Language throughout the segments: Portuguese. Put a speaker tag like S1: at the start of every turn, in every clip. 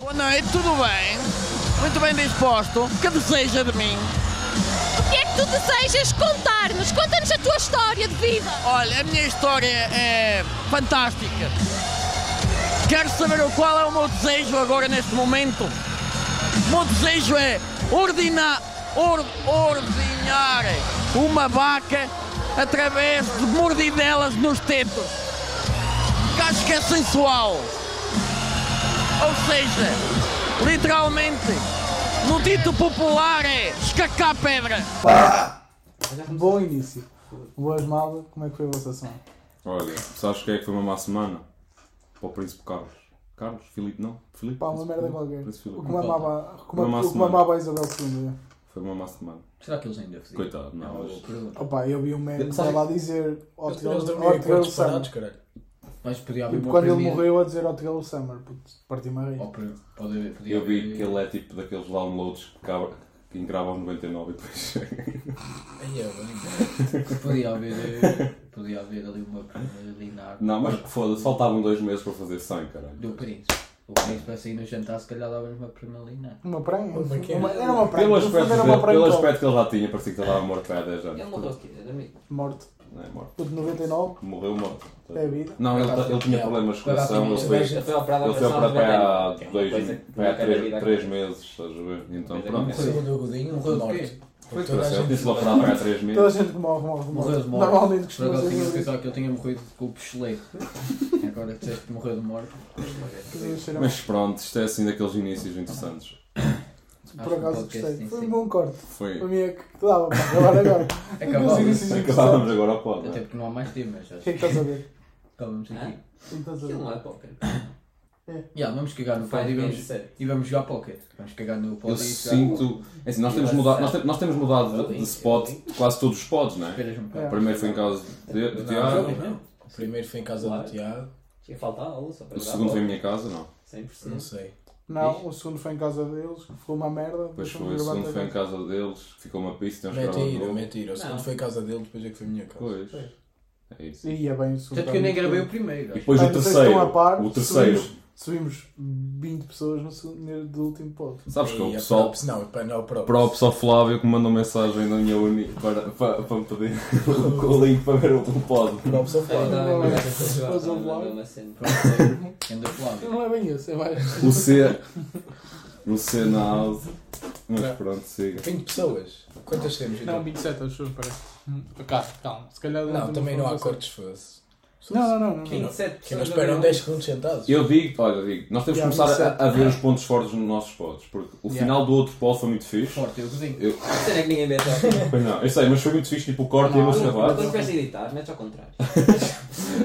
S1: Boa noite, tudo bem? Muito bem disposto. O que deseja de mim?
S2: O que é que tu desejas contar-nos? Conta-nos a tua história de vida.
S1: Olha, a minha história é fantástica. Quero saber o qual é o meu desejo agora neste momento. O meu desejo é ordenar, or, ordenhar uma vaca através de mordidelas nos tetos. Que acho que é sensual. Ou seja, literalmente, no dito popular é escacar pedra.
S3: Bom início. Boas malas, como é que foi a vossa semana?
S4: Olha, sabes quem é que foi uma má semana? Para o Príncipe Carlos. Carlos? Filipe não? Filipe?
S3: Pá, uma
S4: Príncipe
S3: merda
S4: Filipe?
S3: qualquer.
S4: Príncipe
S3: O
S4: Filipe.
S3: que mamava, o que ma-
S4: Uma má
S3: o que
S4: semana.
S3: mamava a Isabel II. é.
S4: Foi uma má semana.
S5: Será que eles ainda fizeram?
S4: Coitado, não,
S5: É uma boa
S4: mas-
S5: pergunta.
S3: Opa, eu vi um meme que
S5: Sabe-
S3: estava a dizer ao
S6: Eles eles
S3: Trello
S6: dormiam
S3: ao
S6: em quartos
S3: Trello
S6: separados,
S3: Summer.
S6: caralho.
S5: Mas podia haver
S3: Tipo,
S5: uma
S3: quando ele
S5: premia-
S3: morreu a dizer ao Trello Summer, puto, parti-me a
S5: Ou
S3: rir.
S5: pre- pode haver- podia
S4: Eu vi
S5: haver-
S4: que ele é tipo daqueles downloads que, cabra, que engravam 99 e depois
S6: Aí é bem.
S5: Podia haver, eh, podia haver ali uma preliminar
S4: Não, mas que foda-se, faltavam dois meses para fazer 100, caralho.
S5: do príncipe. O príncipe assim no jantar se calhar dava-nos uma preliminar.
S3: Uma pranha?
S6: Como é que é?
S3: Uma- Era uma pranha.
S4: Pelo
S3: No
S4: aspecto,
S3: fundo era
S4: dele,
S3: então uma
S4: pelo
S3: pranha.
S4: aspecto que ele já tinha, parecia que ele estava morto há 10 anos.
S7: Ele morreu tipo, aqui, amigo.
S3: Morte.
S4: Não é morto.
S3: Puto, 99
S4: Morreu morto.
S3: é vida.
S4: Não, ele, ta- ele tinha problemas de coração, ele foi, ele
S7: Ele foi operado
S4: foi operado para aí há dois, para aí há três, três
S7: meses.
S4: meses, estás a ver? Então pronto.
S6: Segundo o Godinho,
S5: Morreu de
S6: morte.
S5: quê?
S6: Foi
S4: Ele disse-lhe operado para aí há três
S3: Toda a
S4: meses.
S3: gente que morre, morre,
S5: Morreu
S3: morre.
S5: de morte.
S3: Normalmente
S5: Por
S3: costuma
S5: acaso
S3: ser
S5: tinha
S3: isso.
S5: pensado que ele tinha morrido com o picheleiro. Agora que disseste que morreu de morte.
S3: Podia ser um-
S4: Mas pronto, isto é assim daqueles inícios interessantes.
S5: acho
S3: Por
S5: que
S3: acaso
S5: o podcast
S3: gostei.
S5: em
S3: Foi
S5: si.
S3: um bom corte.
S4: Foi.
S3: Para mim é que dava para acabar agora.
S5: Acabava.
S3: Nos inícios
S4: Acabámos
S3: interessantes.
S4: agora ao pódio.
S5: Até porque não há mais temas,
S3: O
S5: acho
S3: que é
S5: que
S3: que estás a ver?
S5: acabamos aqui.
S3: O que estás a
S7: Aquilo não
S3: ver?
S7: é póquer.
S5: Yeah, vamos cagar no
S7: Faz
S5: pódio e
S7: bem
S5: vamos,
S7: é sério.
S5: e vamos jogar poker. Vamos cagar no pódio
S4: Eu
S5: e jogar-
S4: sinto. É assim, nós temos mudado, nós te- nós temos mudado de, de spot quase todos os pods, não é?
S5: Esperas um bocado.
S3: É.
S4: Primeiro foi em casa de- do
S6: Não,
S4: Tiago,
S6: não. O primeiro foi em casa
S7: Claro.
S6: do Tiago,
S7: Tinha que faltar aula só para
S4: o segundo foi em minha casa, não.
S6: não
S7: 100%.
S6: sei.
S3: Não, o segundo foi em casa deles, que foi uma merda.
S4: Depois
S3: deixa-me
S4: foi, o
S3: gravar
S4: segundo foi em
S3: também.
S4: casa deles, ficou uma pista, nós gravamos
S6: Mentira,
S4: novo.
S6: mentira. O segundo
S7: Não.
S6: foi em casa dele, depois é que foi a minha casa.
S4: Pois. É isso.
S3: E ia bem o segundo.
S5: Tanto que eu nem gravei o primeiro.
S4: E
S5: acho.
S4: depois
S3: Pá,
S4: o
S3: não sei se estão a
S4: terceiro.
S3: par,
S4: O terceiro.
S3: Subimos, subimos 20 pessoas no segundo, do último pod.
S4: Sabes que
S6: E
S4: o
S6: a
S4: pessoal.
S6: props- é Não, pá, não, o props.
S4: Props ao Flávio que mandou mensagem na minha uni para, para, para me pedir o link para ver o pod.
S6: Props ao Flávio.
S5: é. Ainda Flávio.
S3: Não é bem esse, é mais.
S4: O C. O C na house. Mas pronto, siga.
S6: 20 pessoas. Quantas temos?
S8: Não,
S6: então?
S8: 27, acho que parece. Cá, calma. Se calhar
S6: Não, também não há
S8: corte.
S6: cortes fosse.
S3: Não, não, não. não, não.
S7: 27
S6: Que não um esperam 10 segundos sentados.
S4: Eu digo, olha, digo, nós temos que
S3: Yeah,
S4: começar
S3: isso
S4: a, a ver os pontos fortes nos nossos pods, porque o final do outro pod foi muito fixe.
S5: Forte, eu cozinho.
S7: Será que ninguém mete ao contrário?
S4: Pois não, eu sei, mas foi muito fixe, tipo o corte e a música
S7: Quando
S4: vá.
S7: estiveres a editar, metes ao contrário.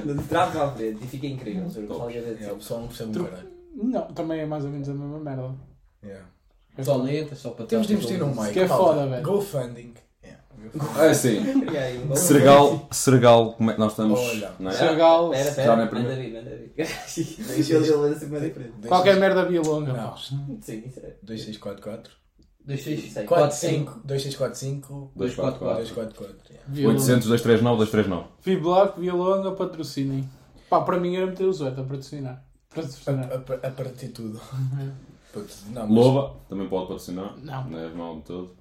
S7: De trás para a frente e fica incrível. juro. Fala a
S6: É, o
S7: ver.
S6: pessoal não percebe um caralho.
S3: Não, também é mais ou menos a mesma merda.
S6: Yeah.
S5: Só lenta, só para
S6: Temos de investir num mic.
S3: que é
S6: malta.
S3: foda, velho.
S6: GoFunding. Yeah.
S4: É assim,
S7: E aí, um gol.
S4: Sergal, Sergal, como é que nós estamos?
S6: Olha.
S4: não é?
S3: Sergal,
S7: Espera,
S4: Já
S7: espera.
S4: não é
S7: Manda
S4: primeiro.
S7: vir, manda vir. Deixa ele
S6: é
S7: ler assim uma diferente.
S3: qualquer merda via longa.
S6: Não.
S3: pá.
S7: Sim, isso é.
S6: 2644.
S5: 265.
S6: 45. 2645.
S4: 244.
S6: 244. yeah.
S3: Via
S4: 800, 239, 239.
S3: longa. Viblock, via longa, patrocinem. Pá, para mim era meter o Zueta a patrocinar. Patrocinar.
S6: A, a, a partir de tudo. Puto, não, mas-
S4: Loba, também pode patrocinar.
S3: Não.
S4: Não é mal de todo.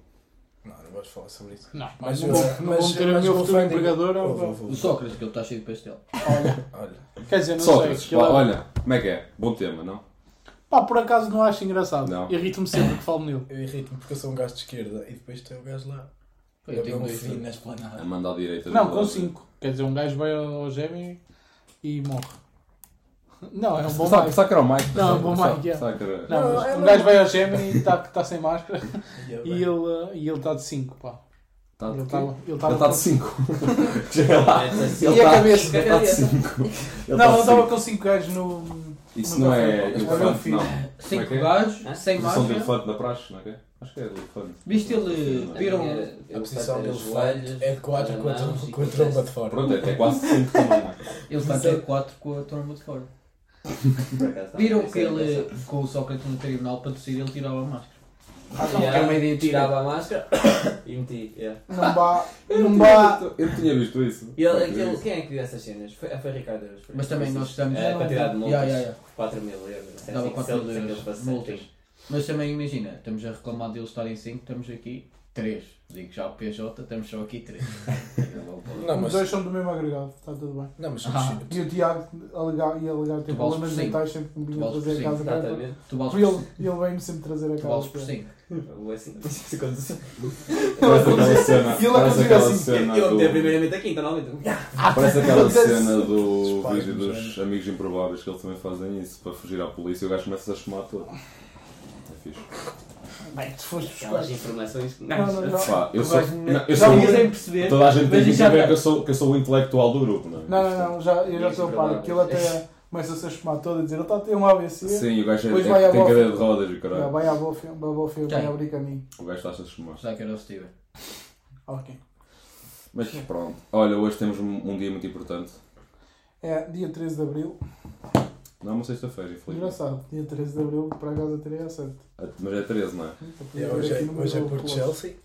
S6: Não, não gosto de falar sobre isso.
S3: Não, mas
S6: Mas
S3: não
S6: eu-
S3: vou não vou
S6: mas-
S3: meter o
S6: mas
S3: meu
S6: o é
S3: futuro
S6: Fernando-
S3: empregador.
S6: Vou,
S3: ou-
S6: vou, vou.
S5: O Sócrates, que ele está cheio de pastel.
S6: Olha,
S3: Quer dizer, não
S4: Sócrates,
S3: sei.
S4: pá,
S3: aquilo é-
S4: olha, como é que é? Bom tema, não?
S3: Pá, por acaso não acho engraçado.
S4: Não.
S3: Irrito-me sempre que falo nele.
S6: eu irrito-me porque eu sou um gajo de esquerda e depois tem o gajo lá.
S5: Pô, Eu tenho
S6: um
S5: dois
S6: fim
S5: filhos.
S6: na
S4: A
S6: esplanada.
S4: mandar à direita.
S3: Não,
S4: do-
S3: com 5. Quer dizer, um gajo vai ao Gemi e morre. Não, é um bom
S4: Sabe,
S3: mais.
S4: sabe que era o Mike?
S3: Não, bom
S4: Sabe-
S3: Mike, é.
S4: sabe que era-
S3: Não, mas um gajo vai ao Gemi e está tá sem máscara
S6: E eu,
S3: e
S6: bem,
S3: ele uh, e ele está de 5, pá.
S4: Tá de
S3: Ele
S4: quê?
S3: estava. Ele
S4: Ele está
S3: estava.
S4: de 5. Chega lá.
S7: É,
S3: E a cabeça?
S4: Ele está de 5.
S6: tá
S3: Não, ele estava com 5 gajos no.
S4: Isso não é elefante, não. Como é
S5: 5
S4: que é?
S5: gajos,
S4: Posição
S5: sem
S4: de
S5: máscara.
S4: elefante na praxe, não é que é? Acho que é elefante.
S5: Viste ele
S4: Não. é.
S5: viram
S6: A posição dele joelho é de 4 contra, contra uma de fora.
S4: Pronto, é é quase 5 também, não é?
S5: ele fazer 4 com a tromba de fora.
S7: Por acaso,
S5: Viram
S7: isso
S5: que
S7: é engraçado.
S5: ele com o Sócrates no tribunal para tossir ele tirava a máscara.
S7: Yeah,
S3: é uma ideia
S7: tirava a máscara e metia. Yeah.
S3: Não vá. Não vá.
S4: Eu não tinha visto isso.
S7: E ele, aquele, quem é que viu essas cenas? Foi, foi Ricardo Eros. Foi.
S6: Mas também nós estamos.
S7: É, para tirar de multas.
S6: Ya, ya, ya.
S7: 4 mil euros. Se é
S6: Dava
S7: assim,
S6: 4
S7: se ele-
S6: mil
S7: se aquele
S6: euros.
S7: fosse
S6: Multas.
S7: certinho.
S6: Mas também imagina, estamos a reclamar deles estarem 5, estamos aqui 3. Digo já o PJ, estamos só aqui 3.
S3: Não,
S6: não,
S3: mas...
S6: mas. Ah,
S3: Os dois são do mesmo agregado, está tudo bem.
S6: Não, mas. É,
S3: E o Tiago alegar, ia alegar ter
S6: Tu vales por
S3: problemas
S6: cinco.
S3: mentais sempre que me vinha
S6: Tu vales
S3: trazer a
S6: por
S3: casa para ele,
S7: Exatamente.
S6: Tu vales por cinco.
S3: ele veio-me sempre trazer a
S6: Tu vales por
S3: casa.
S6: 5.
S7: Ou assim, isso aconteceu.
S4: Parece aquela cena.
S3: E é ele
S4: Parece
S3: aconteceu
S4: aquela
S3: assim. Ah,
S4: cena
S7: Eu meti a
S4: do.
S7: primeira mente aqui, então não meto.
S6: Ah,
S4: Parece aquela
S3: acontece.
S4: cena do
S6: Os pais
S4: vídeo
S6: não
S4: dos amigos improváveis que eles também fazem isso para fugir à polícia e o gajo começa a chamar todo. É fixe.
S3: Bem, se foste buscar.
S7: Aquelas informações que
S3: Não, não, não.
S4: Pá, eu
S6: Tu
S4: sou.
S6: vais-
S4: não, eu
S3: já
S4: sou
S3: me dizem
S6: perceber.
S4: toda a gente tem
S6: Mas
S4: que
S6: isso já
S4: saber
S6: tá.
S4: que eu, sou, que eu sou o intelectual do grupo, não é?
S3: Não, não, não, já, eu já
S7: Isso
S3: estou a
S7: é
S3: par.
S7: verdade.
S3: Aquilo até começa-se a chamar todo e dizer: ele está a ter um ABC.
S4: Sim, o gajo é,
S3: Pois
S4: é-
S3: vai à
S4: tem
S3: bola.
S4: cadeira de rodas e
S3: Já
S4: caralho.
S3: vai à boa filme, vai à boa filme, vai
S6: Quem?
S3: abrir caminho.
S4: O gajo está a chamar.
S6: Já que era o Steven.
S3: Ok.
S4: Mas pronto. Olha, hoje temos um, um dia muito importante.
S3: É dia 13 de Abril.
S4: Não é uma sexta-feira, infelizmente.
S3: Engraçado, dia 13 de Abril, para casa teria a 7.
S4: Mas é 13, não é?
S6: hoje é- hoje é Porto Chelsea.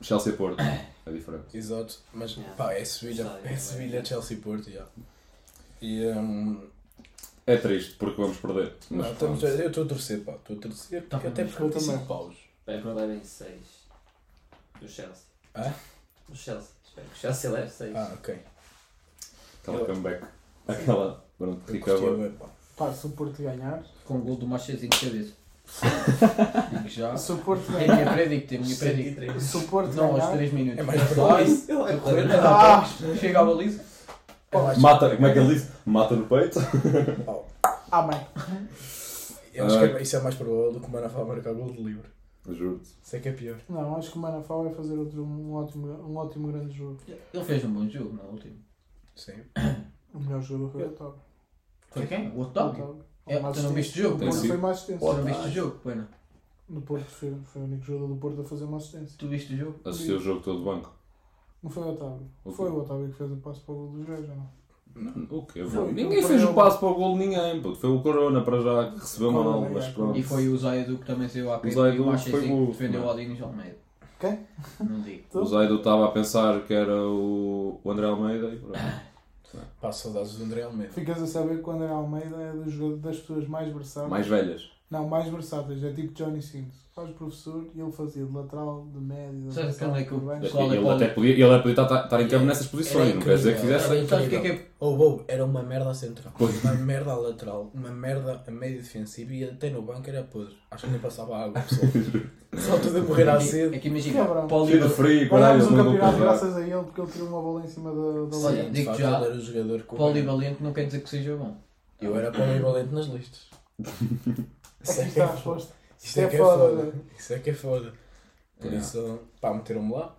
S4: Chelsea Porto. É diferente.
S6: Exato. Mas
S7: Yeah.
S6: pá, é Sevilha,
S7: Estádio,
S6: é
S7: é.
S6: Sevilha, Chelsea Porto, já. E hum,
S4: É triste porque vamos perder. Mas
S6: não, estamos,
S4: pronto.
S6: eu estou a torcer, pá, estou a torcer, porque até porque
S3: eu
S6: eu tenho
S3: também.
S6: cinco paus.
S7: Espero que levem 6 do Chelsea.
S6: Hã?
S7: Do Chelsea. Espero que o Chelsea leve 6.
S6: Ah, ok.
S4: Aquela comeback. Aquela. Pronto,
S6: Eu curti
S4: recover.
S6: bué, pá.
S3: Pá, se o Porto ganhar.
S5: Com o gol do Machezinho de cabeça.
S6: Digo já.
S3: Se o Porto
S5: É a
S3: ganhar.
S5: minha predicta, é a minha predicta.
S3: Se o Porto
S5: Não, aos
S3: ganhar.
S5: 3 minutos.
S6: É mais
S5: Vai,
S6: provável.
S7: Ele é
S5: correr,
S6: né?
S7: correr.
S3: Ah!
S5: Chega à baliza.
S6: É mais-
S4: Mata, como é que ele disse? Mata no peito.
S3: Ah, bem.
S6: Eu acho
S4: Ah.
S6: que é- isso é mais provável do que o Manafá marcar gol de livre.
S4: Juro-te.
S6: Sei que é pior.
S3: Não, acho que o Manafá vai fazer outro, um, ótimo, um ótimo grande jogo.
S5: Ele fez um bom jogo no último.
S6: Sim.
S3: O melhor jogo foi o Otávio.
S5: Foi quem? O Otávio?
S3: Otávio.
S5: É,
S3: Uma
S5: tu não
S3: assistência.
S5: viste o jogo?
S3: O Porto
S4: Tem sido.
S3: foi uma
S5: Tu
S3: assistência.
S5: não viste o jogo, pô, não?
S3: No Porto foi, foi o único jogador do Porto a fazer uma assistência.
S5: Tu viste o jogo?
S4: Assistiu o jogo todo do banco.
S3: Não foi o Otávio.
S4: O quê?
S3: Foi o Otávio que fez o passo para o gol do Jorge, não?
S4: O quê?
S3: Foi,
S4: Ninguém
S3: foi
S4: fez
S3: eu.
S4: o passo para o gol de ninguém. puto. Foi o Corona para já que recebeu mal,
S3: Corona,
S4: mas
S3: é.
S4: pronto.
S5: E foi o Zaidu que também saiu à
S4: O
S5: pista e
S4: Zaidu
S5: o
S4: foi
S5: Machezinho
S4: o-
S5: que defendeu o Aldinho e o Almeida.
S3: Quem?
S5: Não digo.
S4: O Zaido estava a pensar que era o o André Almeida e pronto.
S6: Pá, saudades do André Almeida.
S3: Ficas a saber que o André Almeida é dos jogadores das pessoas mais versáteis.
S4: Mais velhas.
S3: Não, mais versáteis. É tipo Johnny Sims. Faz professor e ele fazia de lateral, de médio, de
S5: Sabe
S3: avançado,
S5: quando é que o
S3: de
S4: E
S3: banco.
S5: pessoal- Qual é
S4: Ele
S5: qual
S4: até
S5: é?
S4: podia, ele até podia estar, estar em campo nessas posições, não quer dizer que
S6: incrível.
S4: fizesse.
S5: Sabes o que é que é?
S6: Oh, wow, era uma merda a central,
S4: Pois.
S6: uma merda a lateral, uma merda a meio defensivo e até no banco era podre. Acho que nem passava água, pessoal. Só tudo a morrer à
S5: É
S6: sede.
S5: que imagina,
S3: Quebra.
S5: Paulo
S4: Cheio de
S5: Oliveira-
S4: frio,
S8: é
S4: caralho,
S3: Ganhámos um
S4: não vou
S3: campeonato
S4: comprar.
S3: graças a ele porque ele tirou uma bola em cima da, da
S5: Olha,
S3: linha.
S6: Sim, de
S5: digo
S6: facto,
S5: já,
S6: ele era o jogador com-
S5: polivalente não quer dizer que seja bom.
S6: Eu era polivalente nas listas.
S3: Aqui está a resposta.
S6: é Isso é que é foda. Isso é que é foda. Por
S4: Yeah.
S6: isso, pá, meteram-me lá.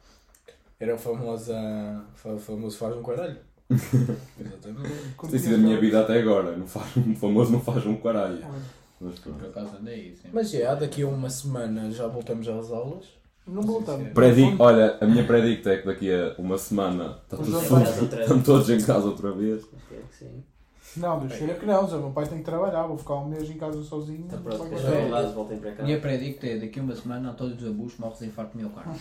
S6: Era o famoso, ah, fa- famoso faz um caralho. Exatamente.
S4: Tem sido a minha vida até agora. Não faz, um famoso não faz um caralho. Mas
S5: Por
S4: pronto.
S5: acaso andei isso.
S6: Mas já, daqui a uma semana já voltamos às aulas.
S3: Não voltamos.
S4: Predi- olha, a minha predicta é que daqui a uma semana está
S3: Os
S4: tudo-
S3: dois
S4: estão
S3: vai-
S4: estão todos em casa outra vez.
S7: Espero é que sim.
S6: é-
S3: Não, Deus cheira que não. Já o meu pai tem que trabalhar. Vou ficar um mês em casa sozinho.
S6: Tá
S7: Então
S3: Vai
S7: pronto, depois
S3: guardar.
S7: vão lá, voltem para cá.
S5: Minha predicta é daqui a uma semana António dos Abus morre de infarto meu carro.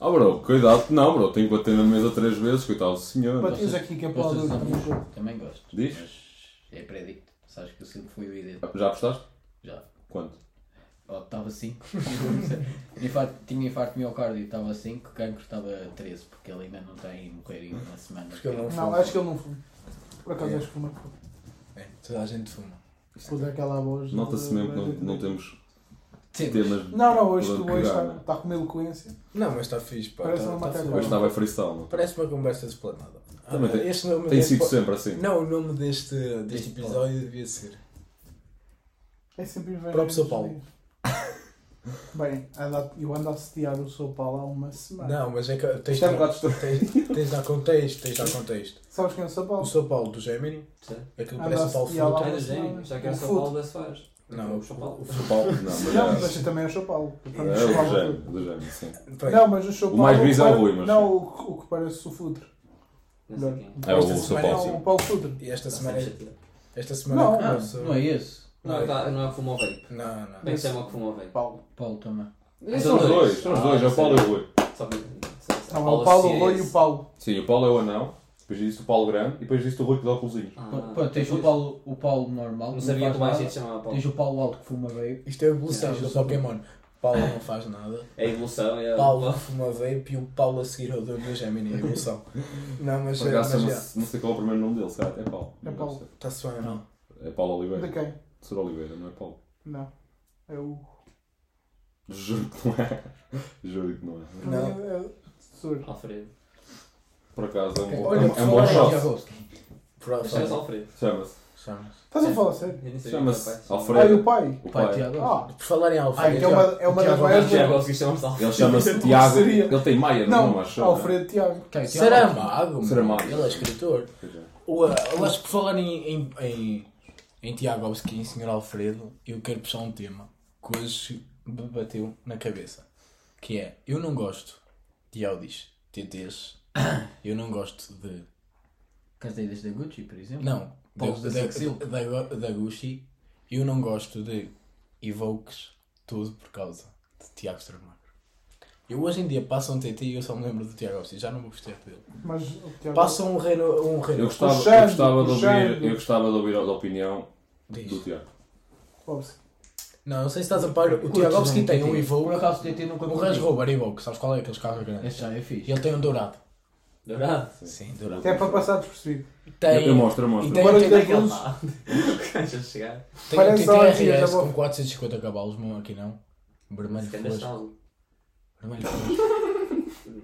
S4: Ah bro, cuidado que não, bro. Tenho que bater na mesa três vezes, coitado do senhor.
S3: Batias aqui que é para o
S5: Gostas dos
S3: adulto no jogo.
S5: Abus? Também gosto.
S4: Diz?
S5: Mas é predicto. Sabes que eu sempre fui o ID.
S4: Já apostaste?
S5: Já.
S4: Quanto?
S5: Ou estava 5. infarto, tinha infarto miocárdio, estava 5. Cancro estava 13, porque ele ainda não tá tem morrer em uma semana.
S6: Porque eu não fumo.
S3: Não, acho que ele não fuma. Por acaso
S6: É.
S3: acho que fuma.
S6: É, toda a gente fuma.
S3: Pôs aquela voz.
S4: Nota-se
S3: de-
S4: mesmo que não,
S3: de-
S4: não temos
S5: Temos.
S4: temas.
S3: é tipo- Não, não, hoje
S4: para
S3: tu hoje
S4: pegar,
S3: está,
S4: né?
S3: está com uma eloquência.
S6: Não, mas está fixe, pá.
S3: Parece
S6: tá-
S3: uma
S6: tá
S3: macaca.
S6: fixe.
S4: Hoje estava a freestyle, não?
S6: Parece uma conversa desplanada. Ah,
S4: Também tem-
S6: Este nome
S4: Tem
S6: deste
S4: sido
S6: po-
S4: sempre assim.
S6: Não, o nome deste, deste
S5: Deste
S6: episódio devia ser.
S3: É sempre inveja.
S6: Próprio São Paulo.
S3: Bem, anda- eu ando a sediar o São Paulo há uma semana.
S6: Não, mas é que tens
S4: Isto é um
S6: de
S4: bocado estranho.
S6: tens, tens de dar contexto, tens de dar contexto.
S3: Sabes quem é o São
S6: O
S3: Paulo?
S6: São Paulo do Gemini,
S7: Sim.
S6: aquilo
S3: Ah,
S6: parece um
S3: nossa,
S6: Paulo
S3: e ela-
S6: Fruto.
S7: Ah, do Gênio, já que é
S3: O
S7: o São
S3: futebol.
S7: Paulo da Soares.
S6: um Não,
S7: o São Paulo.
S4: Paulo, não, mas
S3: Não,
S4: é-
S3: mas eu também é o São Paulo. Eu também
S4: É
S3: sou
S4: o
S3: Paulo.
S4: gêmeo, do gêmeo, sim.
S6: Bem,
S3: Não, mas o São
S4: O
S3: Paulo.
S4: mais bizarro é o
S3: pare-
S4: Rui, mas-
S3: Não, o, que- o que parece o Futre.
S7: Não sei quem.
S4: É o
S6: Esta
S4: São
S6: semana
S4: Paulo,
S3: Não, o
S4: sim.
S3: Paulo Futre.
S6: E esta
S7: Não sei
S6: semana,
S7: se é.
S6: esta semana
S3: Não,
S5: Ah,
S6: começou-
S5: não é esse.
S7: Não, tá, não é fumo ou vape.
S6: Não, não.
S7: Bem que chama que fumo ou vape.
S8: Paulo.
S5: Paulo também.
S4: São os dois,
S8: Ah,
S4: são os dois, é o Paulo e o Rui.
S7: Ah, Só para- só- só-
S3: é
S8: Não, é o Paulo, o
S7: Sirius.
S8: Rui e o Paulo.
S4: Sim, o Paulo é o anão, depois disse o Paulo grande e depois disse o Rui que dá o cozinho.
S7: Ah,
S5: Pô, pô, tens o
S7: pois.
S5: Paulo, o Paulo normal.
S7: Não
S5: que
S7: sabia
S5: faz
S7: que mais
S5: nada.
S7: gente chamava Paulo.
S5: Tens o Paulo alto que fuma veio.
S6: Isto é a evolução do Pokémon. Paulo não faz nada.
S7: É a evolução, é a-
S6: Paulo fuma vape e o Paulo a seguir é o dono da Gemini. A evolução. Não, mas,
S4: Por
S6: mas tá
S4: acaso
S6: já.
S4: chama-se- não sei qual é o primeiro nome dele, se calhar é Paulo.
S8: É Paulo.
S6: Está-se bem ou não?
S4: É Paulo
S8: De
S4: Oliveira.
S8: quem?
S4: Ser Oliveira, não é Paulo.
S8: Não. É o.
S4: Juro que não é. Juro que não é.
S6: Não.
S8: É o Sur.
S7: Alfredo.
S4: Por acaso é um bom,
S6: Olha,
S4: é um bom shot.
S6: Pronto,
S7: Chama-se
S6: fala.
S7: Alfredo.
S4: Chama-se.
S6: Chamas.
S8: Estás a falar sério?
S7: Eu nem sabia que era
S4: Chama-se
S7: pai.
S3: Ah,
S4: Alfredo.
S8: Aí o pai.
S4: O
S5: Pai
S4: pai.
S5: Tiago. Alves.
S8: Ah,
S6: Por falar em Alfredo.
S8: ah, então é uma, é uma das
S7: O
S8: maiores.
S7: Tiago Alves chama-se Alfredo.
S4: Ele chama-se
S8: Como
S4: Tiago.
S8: seria?
S4: Ele tem Maia no
S8: Não,
S4: nome, acho. é?
S8: Alfredo Tiago.
S5: Quem? Tiago Alves.
S6: Saramago, mano.
S4: Saramago.
S6: Ele é escritor.
S4: Pois é.
S6: O, uh, eu acho que por falar em, em, em, em Tiago Alves e em Sr. Alfredo, eu quero puxar um tema que hoje me bateu na cabeça. Que é, eu não gosto de Audis, TTs, eu não gosto de...
S5: Cadeiras da Gucci, por exemplo.
S6: Não, da,
S5: Paulo da
S6: da,
S5: Saxil.
S6: da, da Gucci, eu não gosto de Evokes, tudo por causa de Tiago Saramago. Eu hoje em dia passo um TT e eu só me lembro do Tiago Alves, já não vou gostar dele.
S8: Mas o Tiago.
S6: Passa um reino... Um
S4: Eu
S6: reino.
S4: gostava, eu
S8: Puxando,
S4: gostava de
S8: puxando.
S4: ouvir, eu gostava de ouvir a opinião do
S6: Diz.
S4: Tiago.
S8: Alves.
S6: Não, não sei se estás a par, o
S5: Curto,
S6: Tiago Alves
S5: não,
S6: tem um
S5: TT.
S6: Evoke...
S5: Por acaso TT nunca
S6: O
S5: comprei.
S6: Range Rover Evoque, sabes qual é aqueles carros grandes?
S5: Esse já é fixe.
S6: Ele tem um dourado.
S7: Dourado.
S6: Sim, dourado.
S8: Que é para passar despercebido.
S6: Tem,
S4: Eu, eu mostro, eu
S6: E
S4: mostro.
S6: tem,
S8: Barulho
S6: tem,
S8: das
S6: aquele-
S8: luzes.
S7: O gajo a chegar.
S6: tem, um
S8: Parece
S6: tem
S8: só aqui, já
S6: TRS
S8: vou-
S6: com 450 cavalos, não aqui não. Vermelho
S7: Se calhar está
S6: flores.
S7: algo.
S6: Vermelho flores.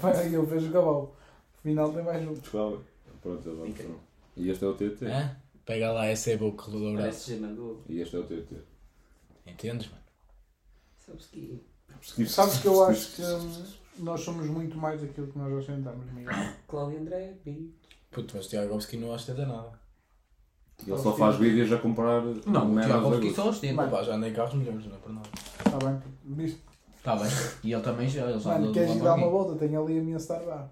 S8: Vai, eu vejo o Gabal. Afinal tem mais um.
S4: Desculpa. Pronto, eu
S7: Fica.
S4: vou E este é o TT.
S6: Hã? Pega lá esse Evoque dourado.
S7: Parece Germando.
S4: E este é o TT.
S6: Entendes, mano?
S7: Sabes que.
S8: Sabes que eu acho que hum, nós somos muito mais daquilo que nós ostentamos, Miguel.
S7: Cláudio André, é bi.
S6: Puto, mas o Tiago Alves não ostenta nada.
S4: Ele só faz vídeos a comprar.
S5: Não, é o
S4: merdas
S5: Tiago
S4: a
S5: Alves
S4: gosto.
S5: só ostenta.
S6: Mas pá, já andei em carros melhores, não é por nada.
S8: Está bem? Viste?
S5: Tá bem. E ele também já. Ele já
S4: Tá,
S8: Mano,
S5: andou de
S8: queres ir dar uma
S5: Lamborghini.
S8: volta? Tenho ali a minha Starbar.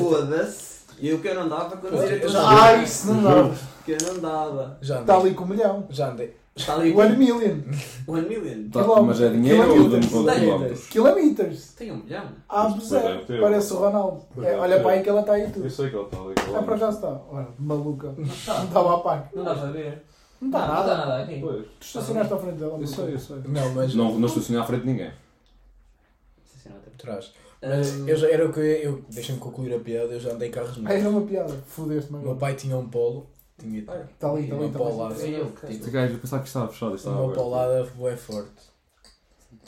S7: Foda-se. Eu que eu não dava para conduzir a
S6: Eu
S7: tua
S6: já-
S7: Starbucks.
S8: Ai, Ah, isso não dá.
S7: Que eu não dava.
S6: Já
S8: Está
S6: andei.
S8: tá ali com o milhão.
S6: Já andei.
S7: Está ali um
S8: One million.
S7: One million.
S4: Tá, mas
S8: Quilómetros.
S4: é dinheiro ou de
S8: Quilómetros.
S4: quilómetros?
S8: Quilómetros.
S7: Tem um milhão.
S8: Ah,
S4: Mas é depois deve ter.
S8: Parece o Ronaldo.
S4: deve
S8: É, olha
S4: ter.
S8: para aí que ela está aí tudo.
S4: Eu sei que ele está ali.
S8: Ah, para cá está. Olha, maluca. Não estava a par.
S7: Não dá para ver. né?
S8: Não está nada.
S7: nada aqui.
S4: Pois.
S8: Tu estacionaste à frente dela.
S4: Eu sei, eu
S8: sei.
S6: Não, mas.
S4: Não, não estacionei à frente de ninguém.
S6: Trás.
S7: Ahm,
S6: Eu já era o que eu. Deixa-me concluir a piada, eu já andei em carros melhores.
S8: Era uma piada. Fudeste-me
S6: O meu
S8: agora.
S6: pai tinha um polo. Tinha. um
S8: Está ali, está ali,
S6: Uma
S8: está ali.
S6: Paula.
S5: Foi eu que tive.
S4: Este gajo, eu pensava que estava fechado. Estava
S6: Uma
S4: aberto.
S6: paulada é forte.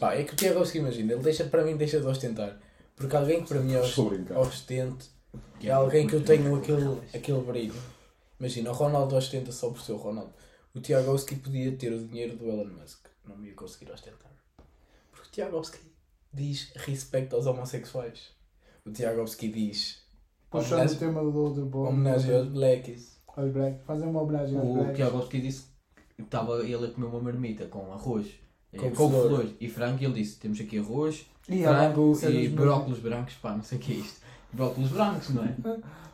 S6: Pá, é que o Tiago Alves imagina, ele deixa, para mim deixa de ostentar. Porque alguém que para mim é os-
S4: Estou a brincar.
S6: ostente é alguém que eu tenho aquele, aquele brilho. Imagina, o Ronaldo ostenta só por ser o Ronaldo. O Tiago Alves podia ter o dinheiro do Elon Musk. Não me ia conseguir ostentar. Porque o Tiago Alves diz respeito aos homossexuais. O Tiago Alves diz
S8: Puxando o
S6: homenagem,
S8: tema do outro bolo.
S6: homenagem aos blackies.
S8: Aos Black. Fazer uma homenagem aos
S5: O
S8: Black.
S5: Tiago Alves que disse que estava ele a comer uma marmita com arroz, eh,
S6: Com
S5: com,
S6: flor.
S5: flores e frango. E ele disse: Temos aqui arroz,
S8: E ela,
S5: frango
S8: cenas
S5: e
S8: mesmo.
S5: brócolos brancos. Pá, não sei o que é isto. Brócolos brancos, não é?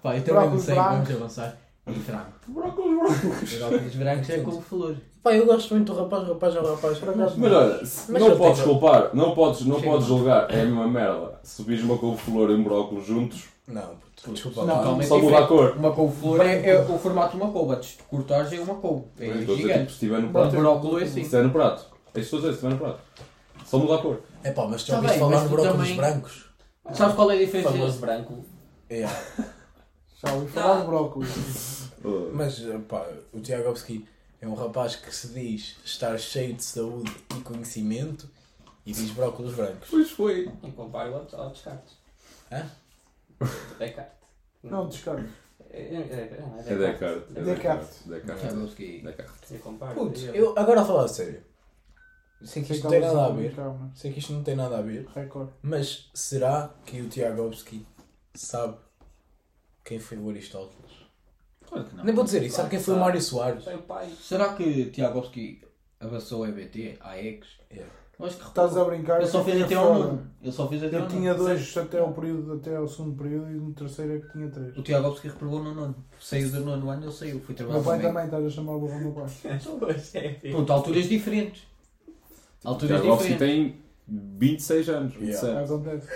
S5: Pá, eu também não
S8: Brócolos
S5: sei, vamos
S8: brancos.
S5: avançar. E frango. Brócolos brancos. Brócolos brancos é com flor.
S6: Pá, eu gosto muito do rapaz, rapaz, rapaz. rapaz.
S4: Mas olha, se-
S6: Mas
S4: não
S6: eu
S4: podes
S6: tenho-
S4: culpar, não podes, não
S5: Chega
S4: podes
S5: lá.
S4: julgar, é a mesma merda. Se vis uma couve-flor e um brócolis juntos,
S6: Não, puto, desculpa.
S8: Não,
S6: lá.
S5: Totalmente
S4: Ah, só muda a
S5: diferente.
S4: cor.
S5: é Uma couve-flor é, é o formato de uma couve. Antes de cortares é uma couve. É
S4: Estou a dizer, tipo, se
S5: gigante.
S4: estiver no
S5: O
S4: prato.
S5: brócolo é
S4: Se
S5: assim.
S4: estiver no prato. É isso que estou a dizer, se estiver no prato. Só muda a cor.
S6: É pá, mas
S5: Tá
S6: já ouviste
S5: bem,
S6: falar
S5: mas
S6: de
S5: tu
S6: brócolis
S5: também-
S6: brancos?
S5: Sabes qual é a
S7: Famoso
S5: diferença?
S7: branco.
S6: É.
S8: Já ouvi falar de brócolis.
S4: Uh,
S6: Mas pá, o Tiago Obski é um rapaz que se diz estar cheio de saúde e conhecimento e diz brócolis brancos.
S4: Pois foi.
S7: Não comparo ao, ao descarte.
S6: Hã?
S7: É Descartes.
S8: Não, descarto.
S7: É, é, é, não,
S4: É Descartes. É
S8: Descartes.
S4: Descartes. Descartes.
S5: Tchaikovsky.
S4: Descartes.
S7: Eu comparo.
S6: Putz,
S5: É.
S7: eu-
S6: eu agora a falar a sério. Sei que isto não tem nada a ver.
S8: Calma.
S6: Sei que isto não tem nada a ver.
S8: Record.
S6: Mas será que o Tiago Obski sabe quem foi o Aristóteles?
S5: Claro que não.
S6: Nem vou dizer isso, sabe quem foi o Mário Soares?
S7: Tem o pai.
S5: Será que Tiagovski avançou a EBT, AEX?
S6: É.
S5: Eu acho que
S8: Estás a brincar?
S5: Eu só
S8: eu
S5: fiz
S8: tinha
S5: até ao
S8: fora.
S5: nono. Eu só fiz até
S8: Eu
S5: ao
S8: tinha
S5: nono.
S8: dois até ao, período, até ao segundo período e no terceiro é que tinha três.
S5: O Tiago Alves que reprovou no nono. Saiu do nono ano, ele saiu. Fui
S8: Meu
S5: trabalhar
S8: pai
S5: para o
S8: também, estás a chamar o burro ao meu pai.
S7: é,
S5: Pronto, alturas diferentes. Alturas
S4: Tiago Alves
S5: diferentes.
S4: tem 26 anos, 27.
S8: Acontece.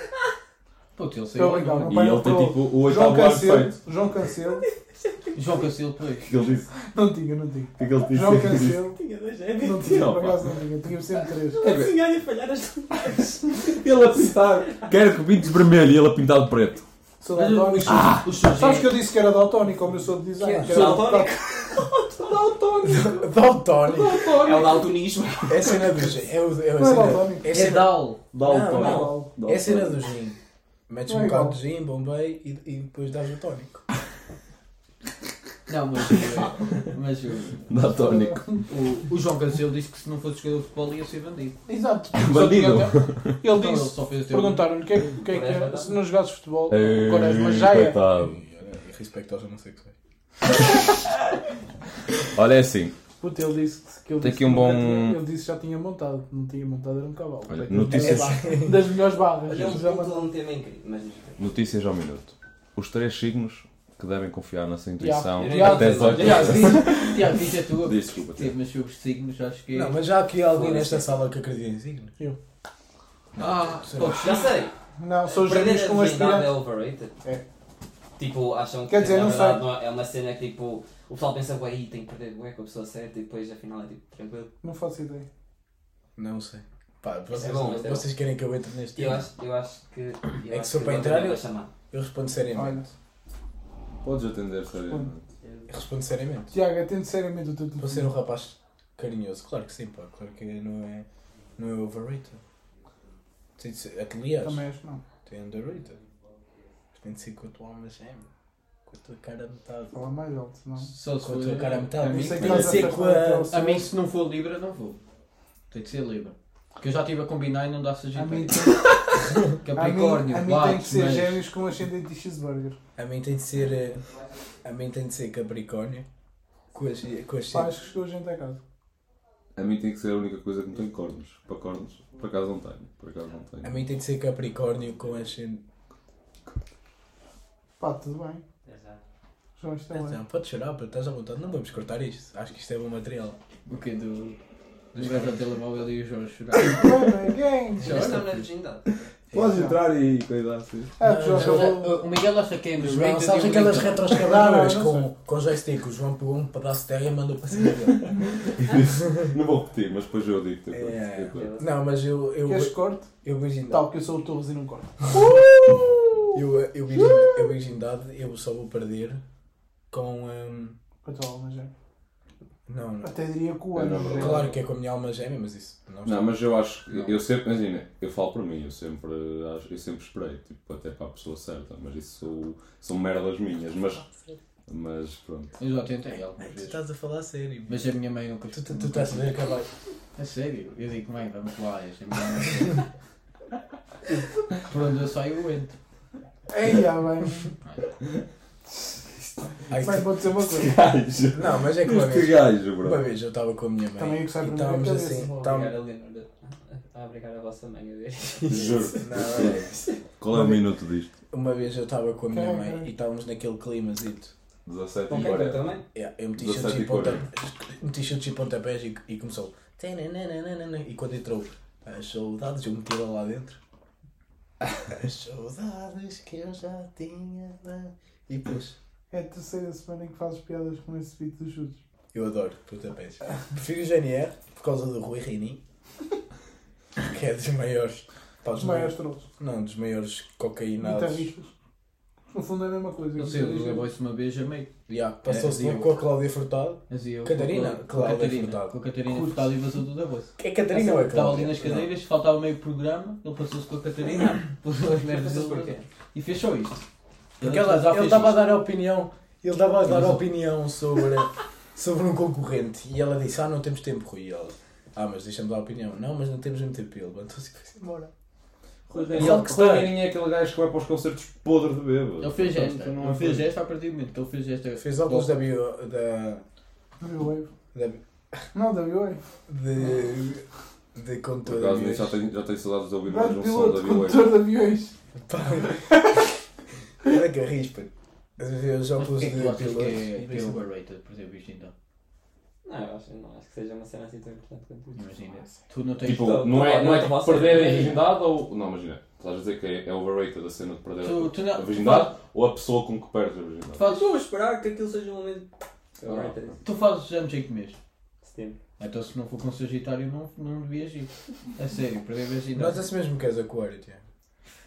S5: Puto, ele saiu.
S8: Eu
S5: ao
S8: brincava,
S5: nono.
S8: meu
S4: E
S8: pai
S4: ele
S8: não
S4: tem
S8: parou.
S4: tipo o
S8: João
S4: oitavo ano
S8: Cancelo,
S4: feito.
S8: João Cancelo,
S5: João Cancelo, pois.
S4: O que ele disse?
S8: não tinha, não tinha.
S4: O que ele disse?
S8: João Cancelo,
S7: Tinha dois é
S8: não
S7: gêmeos.
S8: tinha,
S4: Não,
S8: por
S4: pá.
S8: acaso não tinha, tinha sempre três.
S7: Tinha de falhar as
S4: Ele a pintar. Quero que pintes vermelho e ele a pintar de preto.
S8: Sou
S5: Mas o-
S8: daltónico.
S5: os seus- os seus
S8: Sabes
S5: é-
S8: que eu disse que era daltónico, como eu sou de design.
S6: Que
S8: Que
S6: é?
S8: era
S7: Daltónico?
S8: Daltónico.
S6: Daltónico.
S7: É o daltonismo.
S6: É a cena do gin. É, o- é, a
S8: Não é
S6: cena-
S8: daltónico.
S6: É a
S5: É
S6: cena,
S5: Dal.
S6: Não, não.
S4: Dalton.
S6: é a cena do gin. Metes
S8: Não
S6: um
S8: é
S6: bocado
S8: igual.
S6: de gin, bombei e, e depois dás o tónico.
S5: Não, mas. eh, Mas o,
S4: Daltónico.
S5: o, o João Cancelo disse que se não fosse jogador de futebol ia ser bandido.
S8: Exato.
S4: Bandido.
S8: Ele
S5: Então ele
S8: disse,
S5: só fez até ao nono.
S8: perguntaram-lhe o que é que- o que é que é, se não jogasses futebol,
S4: Ei,
S8: Quaresma já é.
S4: coitado.
S6: E olha, e respeito aos homossexuais.
S4: Olha, é assim.
S8: Puta, ele disse que- que ele
S4: Tem aqui
S8: disse
S4: um
S8: que nunca
S4: bom-
S8: tinha- ele disse que já tinha montado, que não tinha montado era um cavalo.
S4: Olha,
S8: Tem que ter
S4: notícias.
S8: uma barra. Das melhores barras.
S7: Olha,
S8: Ele
S7: um
S8: já
S7: ponto
S8: mandou.
S7: é um tema incrível. Mas
S4: Notícias ao minuto. Os três signos que devem confiar na sua intuição
S8: Yeah.
S4: até
S7: Yeah.
S4: 18
S5: Tiago,
S4: anos.
S5: diz- Tiago, diz a tua.
S4: Diz, desculpa,
S5: Sim,
S4: Tiago.
S5: mas sobre os signos acho que é.
S6: Não, mas já há aqui alguém nesta sala que acredita em signos.
S5: Ah, podes-
S7: já sei.
S8: Não, sou gêmeos
S7: Aprender
S8: com
S7: a desenhar é
S8: aspirante.
S7: overrated.
S8: É.
S7: Tipo, acham que
S8: Quer dizer,
S7: na
S8: não
S7: verdade
S8: sei.
S7: não é- é uma cena que tipo, o pessoal pensa, ué, aí tem que perder bué com a pessoa certa e depois afinal é tipo, tranquilo.
S8: Não faço ideia.
S6: Não sei. Pá, vocês,
S7: É bom, mas é bom.
S6: vocês querem que eu entre neste
S7: Eu
S6: tema?
S7: acho, eu acho que. Eu
S6: É que
S7: acho
S6: se eu para
S7: vou
S6: entrar,
S7: também
S6: eu-
S7: chamar.
S6: Eu respondo seriamente.
S8: Olha,
S4: Podes atender seriamente.
S6: Eu Respondo seriamente.
S8: Tiago, atende seriamente o teu
S6: Vou
S8: telefone.
S6: ser um rapaz carinhoso. Claro que sim, pá. Claro que não é, não é overrated. Tem de ser,
S7: é
S6: aliás,
S8: Também acho que não.
S6: tem underrated. Mas Tem de ser com a tua alma gêmea. Com a tua cara a metade.
S8: Fala mais alto, senão.
S5: Só se
S6: Com a
S5: for.
S6: tua cara a metade.
S5: a mim-
S8: Isso é que
S6: tem de
S8: estás a
S6: ser com
S8: afastar até ao
S6: a...
S5: A
S8: céu.
S5: mim, se não for Libra, não vou. Tem que ser Libra. Porque eu já estive a combinar e não dá
S8: A mim
S5: Sagitário.
S8: tem- a mim-
S5: é Capricórnio,
S8: a mim tem que
S5: Lattes,
S8: ser
S5: mas...
S8: gêmeos com ascendente e cheeseburger.
S6: A mim tem de ser... eh, A mim tem de ser Capricórnio. Com as... Com as
S8: Pais que chegou gente a casa.
S4: A mim tem que ser a única coisa que não tem cornos. Para cornos, por acaso não tenho. Por acaso não
S6: A
S4: tenho.
S6: mim tem de ser Capricórnio com as...
S8: Pá, tudo bem. Já está
S7: Então,
S8: bem.
S6: Não, pode chorar, pá, estás à vontade. Não vamos cortar isto. Acho que isto é bom material.
S5: O quê? Do... Dos gajos ao telemóvel e o Jorge chorar.
S7: então.
S8: Bem, bem, gangue.
S5: Olha,
S7: Mas estamos na virgindade.
S4: Podes entrar e cuidar assim.
S8: Ah, tu já
S6: Não,
S8: acabou.
S5: eh, O Miguel acha que é meu.
S6: João, sabes aquelas retroscavadas com, com joystick? O João pegou um pedaço de terra e mandou para cima dele.
S4: Não vou repetir, mas depois eu digo.
S6: É.
S4: depois.
S6: Não, mas eu. Eu,
S7: é-
S8: Queres
S6: eu,
S8: corte?
S6: eu, virgindade-
S8: Tal, que eu sou o Torres e não corto.
S6: eu, eu, virgindade- eu virgindade, eu só vou perder com. hum,
S8: Com a tua alma gêmea.
S6: não, não.
S8: Até diria que o
S4: É,
S8: ano.
S4: não,
S8: gêmeo.
S6: Claro que é com a minha alma gêmea, mas isso. é. Não,
S4: Não, mas eu acho que eu sempre, imagina, eu falo para mim, eu sempre acho- eu sempre esperei, tipo, até para a pessoa certa, mas isso sou- são merdas minhas, mas, mas pronto.
S5: Eu já tentei algumas
S6: Tu
S5: vezes.
S6: estás a falar sério.
S5: Mas a minha mãe nunca...
S6: Tu, tu, tu estás a ver acabar.
S5: É sério? Eu digo, mãe, vamos lá. Esta minha mãe... Por onde eu saio, eu entro.
S8: Ei, ah, bem.
S6: Ai,
S8: Mas
S6: tu-
S8: vou dizer uma coisa.
S4: Que gajo!
S6: Não, mas é que uma
S4: Que
S6: vez.
S4: gajo,
S6: Uma
S4: bro!
S6: vez eu estava com a minha
S8: Também é
S6: mãe.
S8: o que sai
S6: E
S8: para mim da
S6: estávamos
S8: cabeça.
S6: assim.
S8: Vou
S6: estávamos-
S7: Obrigado a Leonor a obrigar a vossa mãe a ver.
S4: Juro.
S6: Não, olha.
S4: Qual é o minuto disto?
S6: Uma vez eu estava com a minha
S8: Caralho.
S6: mãe e estávamos naquele climazito. É,
S4: 17 e
S7: Quer ver
S4: 40.
S7: é também?
S6: Yeah, eu meti
S4: 17
S6: chutes
S4: e
S6: e pontapés, meti chutes e um pontapés e, e começou. "Tananana", E quando entrou as saudades, eu meti ela lá dentro. As saudades que eu já tinha. da-" E depois,
S8: É a terceira semana em que fazes piadas com esse tipo beat dos chutes.
S6: eu adoro pontapés. Prefiro o GNR por causa do Rui Rini, que é dos maiores. pá, dos
S8: Os maiores trolls.
S6: Não, dos maiores cocaínados.
S8: Guitarristas. No fundo é a mesma coisa.
S5: Eu sei, eu
S8: Guitarristas.
S5: levei-se uma vez a meio.
S6: Yeah, Passou-se
S5: É, eu-
S6: com a Cláudia Furtado.
S5: Mas eu-
S6: Catarina?
S5: Com a- Com a
S6: Cláudia
S5: Catarina.
S6: Furtado.
S5: Com a Catarina Furtado e vazou tudo a voz.
S6: É Catarina ou é
S5: Estava ali
S6: Cláudia?
S5: nas cadeiras, faltava meio programa, ele passou-se com a Catarina, pôs as merdas
S7: Mas
S5: dele
S7: porquê?
S5: e fez só isto.
S6: Porque ela,
S5: já
S6: ele
S5: fez
S6: estava a
S5: isto.
S6: dar a opinião, ele estava a dar
S5: Mas-
S6: opinião sobre, sobre um concorrente e ela disse, ah não temos tempo Rui, e ela, ah mas deixa-me dar a opinião, não mas não temos muito tempo e ele levantou-se e foi-se embora. E ele que
S4: Rui
S6: está.
S4: Reininho é aquele gajo que vai para os concertos podre de bêbado.
S5: Ele fez
S4: Portanto,
S5: esta,
S4: não
S5: ele
S4: é
S5: fez
S4: coisa.
S5: esta a partir do momento que ele fez esta.
S6: Fez óculos da bio, da,
S8: Não, da Wave.
S6: da,
S8: Não, da Wave.
S6: de- de condutor
S4: Por
S6: de
S4: acaso
S6: aviões.
S4: nisso já tenho, já tenho saudades de ouvir mais
S8: Grande
S4: um som da
S8: piloto,
S4: Violeta.
S8: condutor de aviões.
S6: Pá. Olha que rispa. Às vezes já
S5: Mas
S6: pus de
S5: porquê que tu achas que é, que é
S6: pilotos.
S5: overrated, por exemplo, isto então?
S7: Não, eu acho, não acho que seja uma cena assim tão importante quanto isso.
S5: Imagina. Tu não tens.
S4: Tipo,
S7: Estou-
S4: não é,
S7: estou-
S4: não é
S7: estou a
S4: tipo
S7: falar
S4: perder a
S7: sério.
S4: virgindade ou. Não, imagina. Estás a dizer que é, é overrated a cena de perder a-
S5: Tu- tu não-
S4: a virgindade ou a pessoa com que perdes a virgindade?
S5: Fazes,
S7: Estou a esperar que aquilo seja um momento.
S4: Ah,
S7: Overrated.
S5: tu fazes anos em que mês?
S7: Setembro.
S5: Então se não for com Sagitário não, não devias ir. A sério, perder a virgindade.
S6: Nota-se mesmo que és aquário, tio.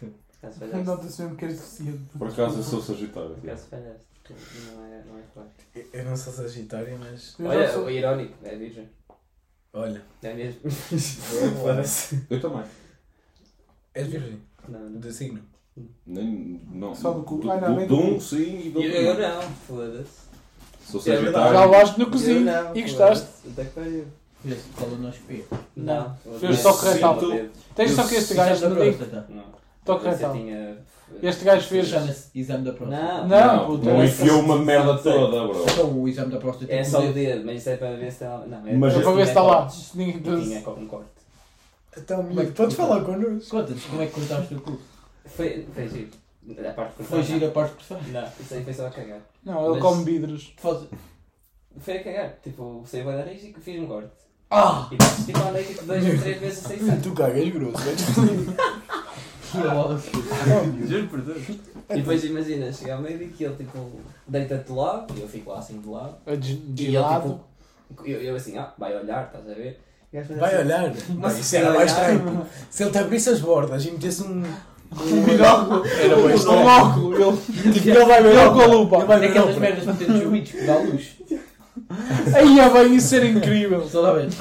S7: Caso falhaste.
S8: Nota-se mesmo que és deficiente.
S4: Por acaso eu sou Sagitário. tipo.
S7: Caso falhaste. Não é, não é claro.
S6: Eu- Eu não sou sagitário, mas...
S8: Eu já
S7: Olha,
S8: sou-
S7: o irónico, é virgem.
S6: Olha.
S7: Não é mesmo?
S6: Foda-se.
S4: Eu também.
S6: És É virgem.
S7: Não, não.
S6: De signo.
S4: Nem, não.
S8: Só do cu.
S4: Do,
S8: Ah, não, nem
S4: do,
S8: do
S4: um, sim, e do outro
S7: Eu
S4: não.
S7: não, foda-se.
S4: Sou
S7: É
S8: Já
S7: verdade.
S4: Sagitário.
S8: levaste no
S7: Eu
S8: cozinho
S7: não,
S8: e
S7: foda-se.
S8: gostaste.
S7: Puta que pariu.
S5: Fizeste colonoscopia.
S7: Não.
S8: Fez só corretal.
S7: Sinto-
S8: Tens só
S5: Eu-
S8: que este gajo
S5: fizeste a
S8: não tem.
S5: próstata.
S7: Não.
S8: Toca
S7: Esse eu
S8: retal.
S7: tinha- eh,
S8: Este gajo fez.
S5: Chama-se exame da próstata.
S7: Não.
S8: Não,
S4: não,
S8: puto. é
S4: não enfiou uma merda
S7: Sei.
S4: toda, bro.
S5: Então o exame da próstata
S7: É
S5: tem
S7: só o
S5: poder.
S7: dedo, mas isso é para ver se está lá. Não, é
S4: Mas
S8: É
S4: Mas
S8: para ver se está lá. Se ninguém
S7: Tinha
S8: pensa.
S7: co- um corte.
S6: Então,
S5: Como é que-
S6: podes falar connosco.
S5: Conta-nos como é que cortaste o cu.
S7: Foi, foi giro. A parte que
S5: Foi giro a parte que cortaste.
S7: Não, isso aí foi só a cagar.
S8: Não, ele
S7: Mas-
S8: come vidros.
S5: Faz-
S7: Foi a cagar. Tipo, saiu a nariz e fiz um corte.
S5: Ah!
S7: E depois tipo andei tipo dois ou três vezes sem sangue.
S6: Tu cagas grosso, vais
S5: Que ódio.
S7: Juro por Deus. E depois imagina, chega ao meio dia que ele tipo deita-te de lado e eu fico lá assim de lado.
S8: É de-
S7: E
S8: de
S7: ele
S8: lado.
S7: tipo. Eu, eu assim, ah, vai olhar, estás a ver? E o gajo faz
S6: Vai
S7: assim,
S6: olhar.
S7: Mas
S6: Mas isso
S7: se
S6: era
S7: vai
S6: mais
S7: olhar-
S6: estranho. Se ele te abrisse as bordas e metesse um.
S8: Um binóculo.
S6: Era bem
S8: Um
S6: estranho.
S8: óculo. Ele
S6: Tipo, ele vai ver.
S8: ele com a lupa.
S6: vai ver.
S5: Daquelas
S6: não,
S5: é merdas para ter os ruídos que dá luz.
S8: Aí é bem, isso era incrível.
S5: Toda a vez.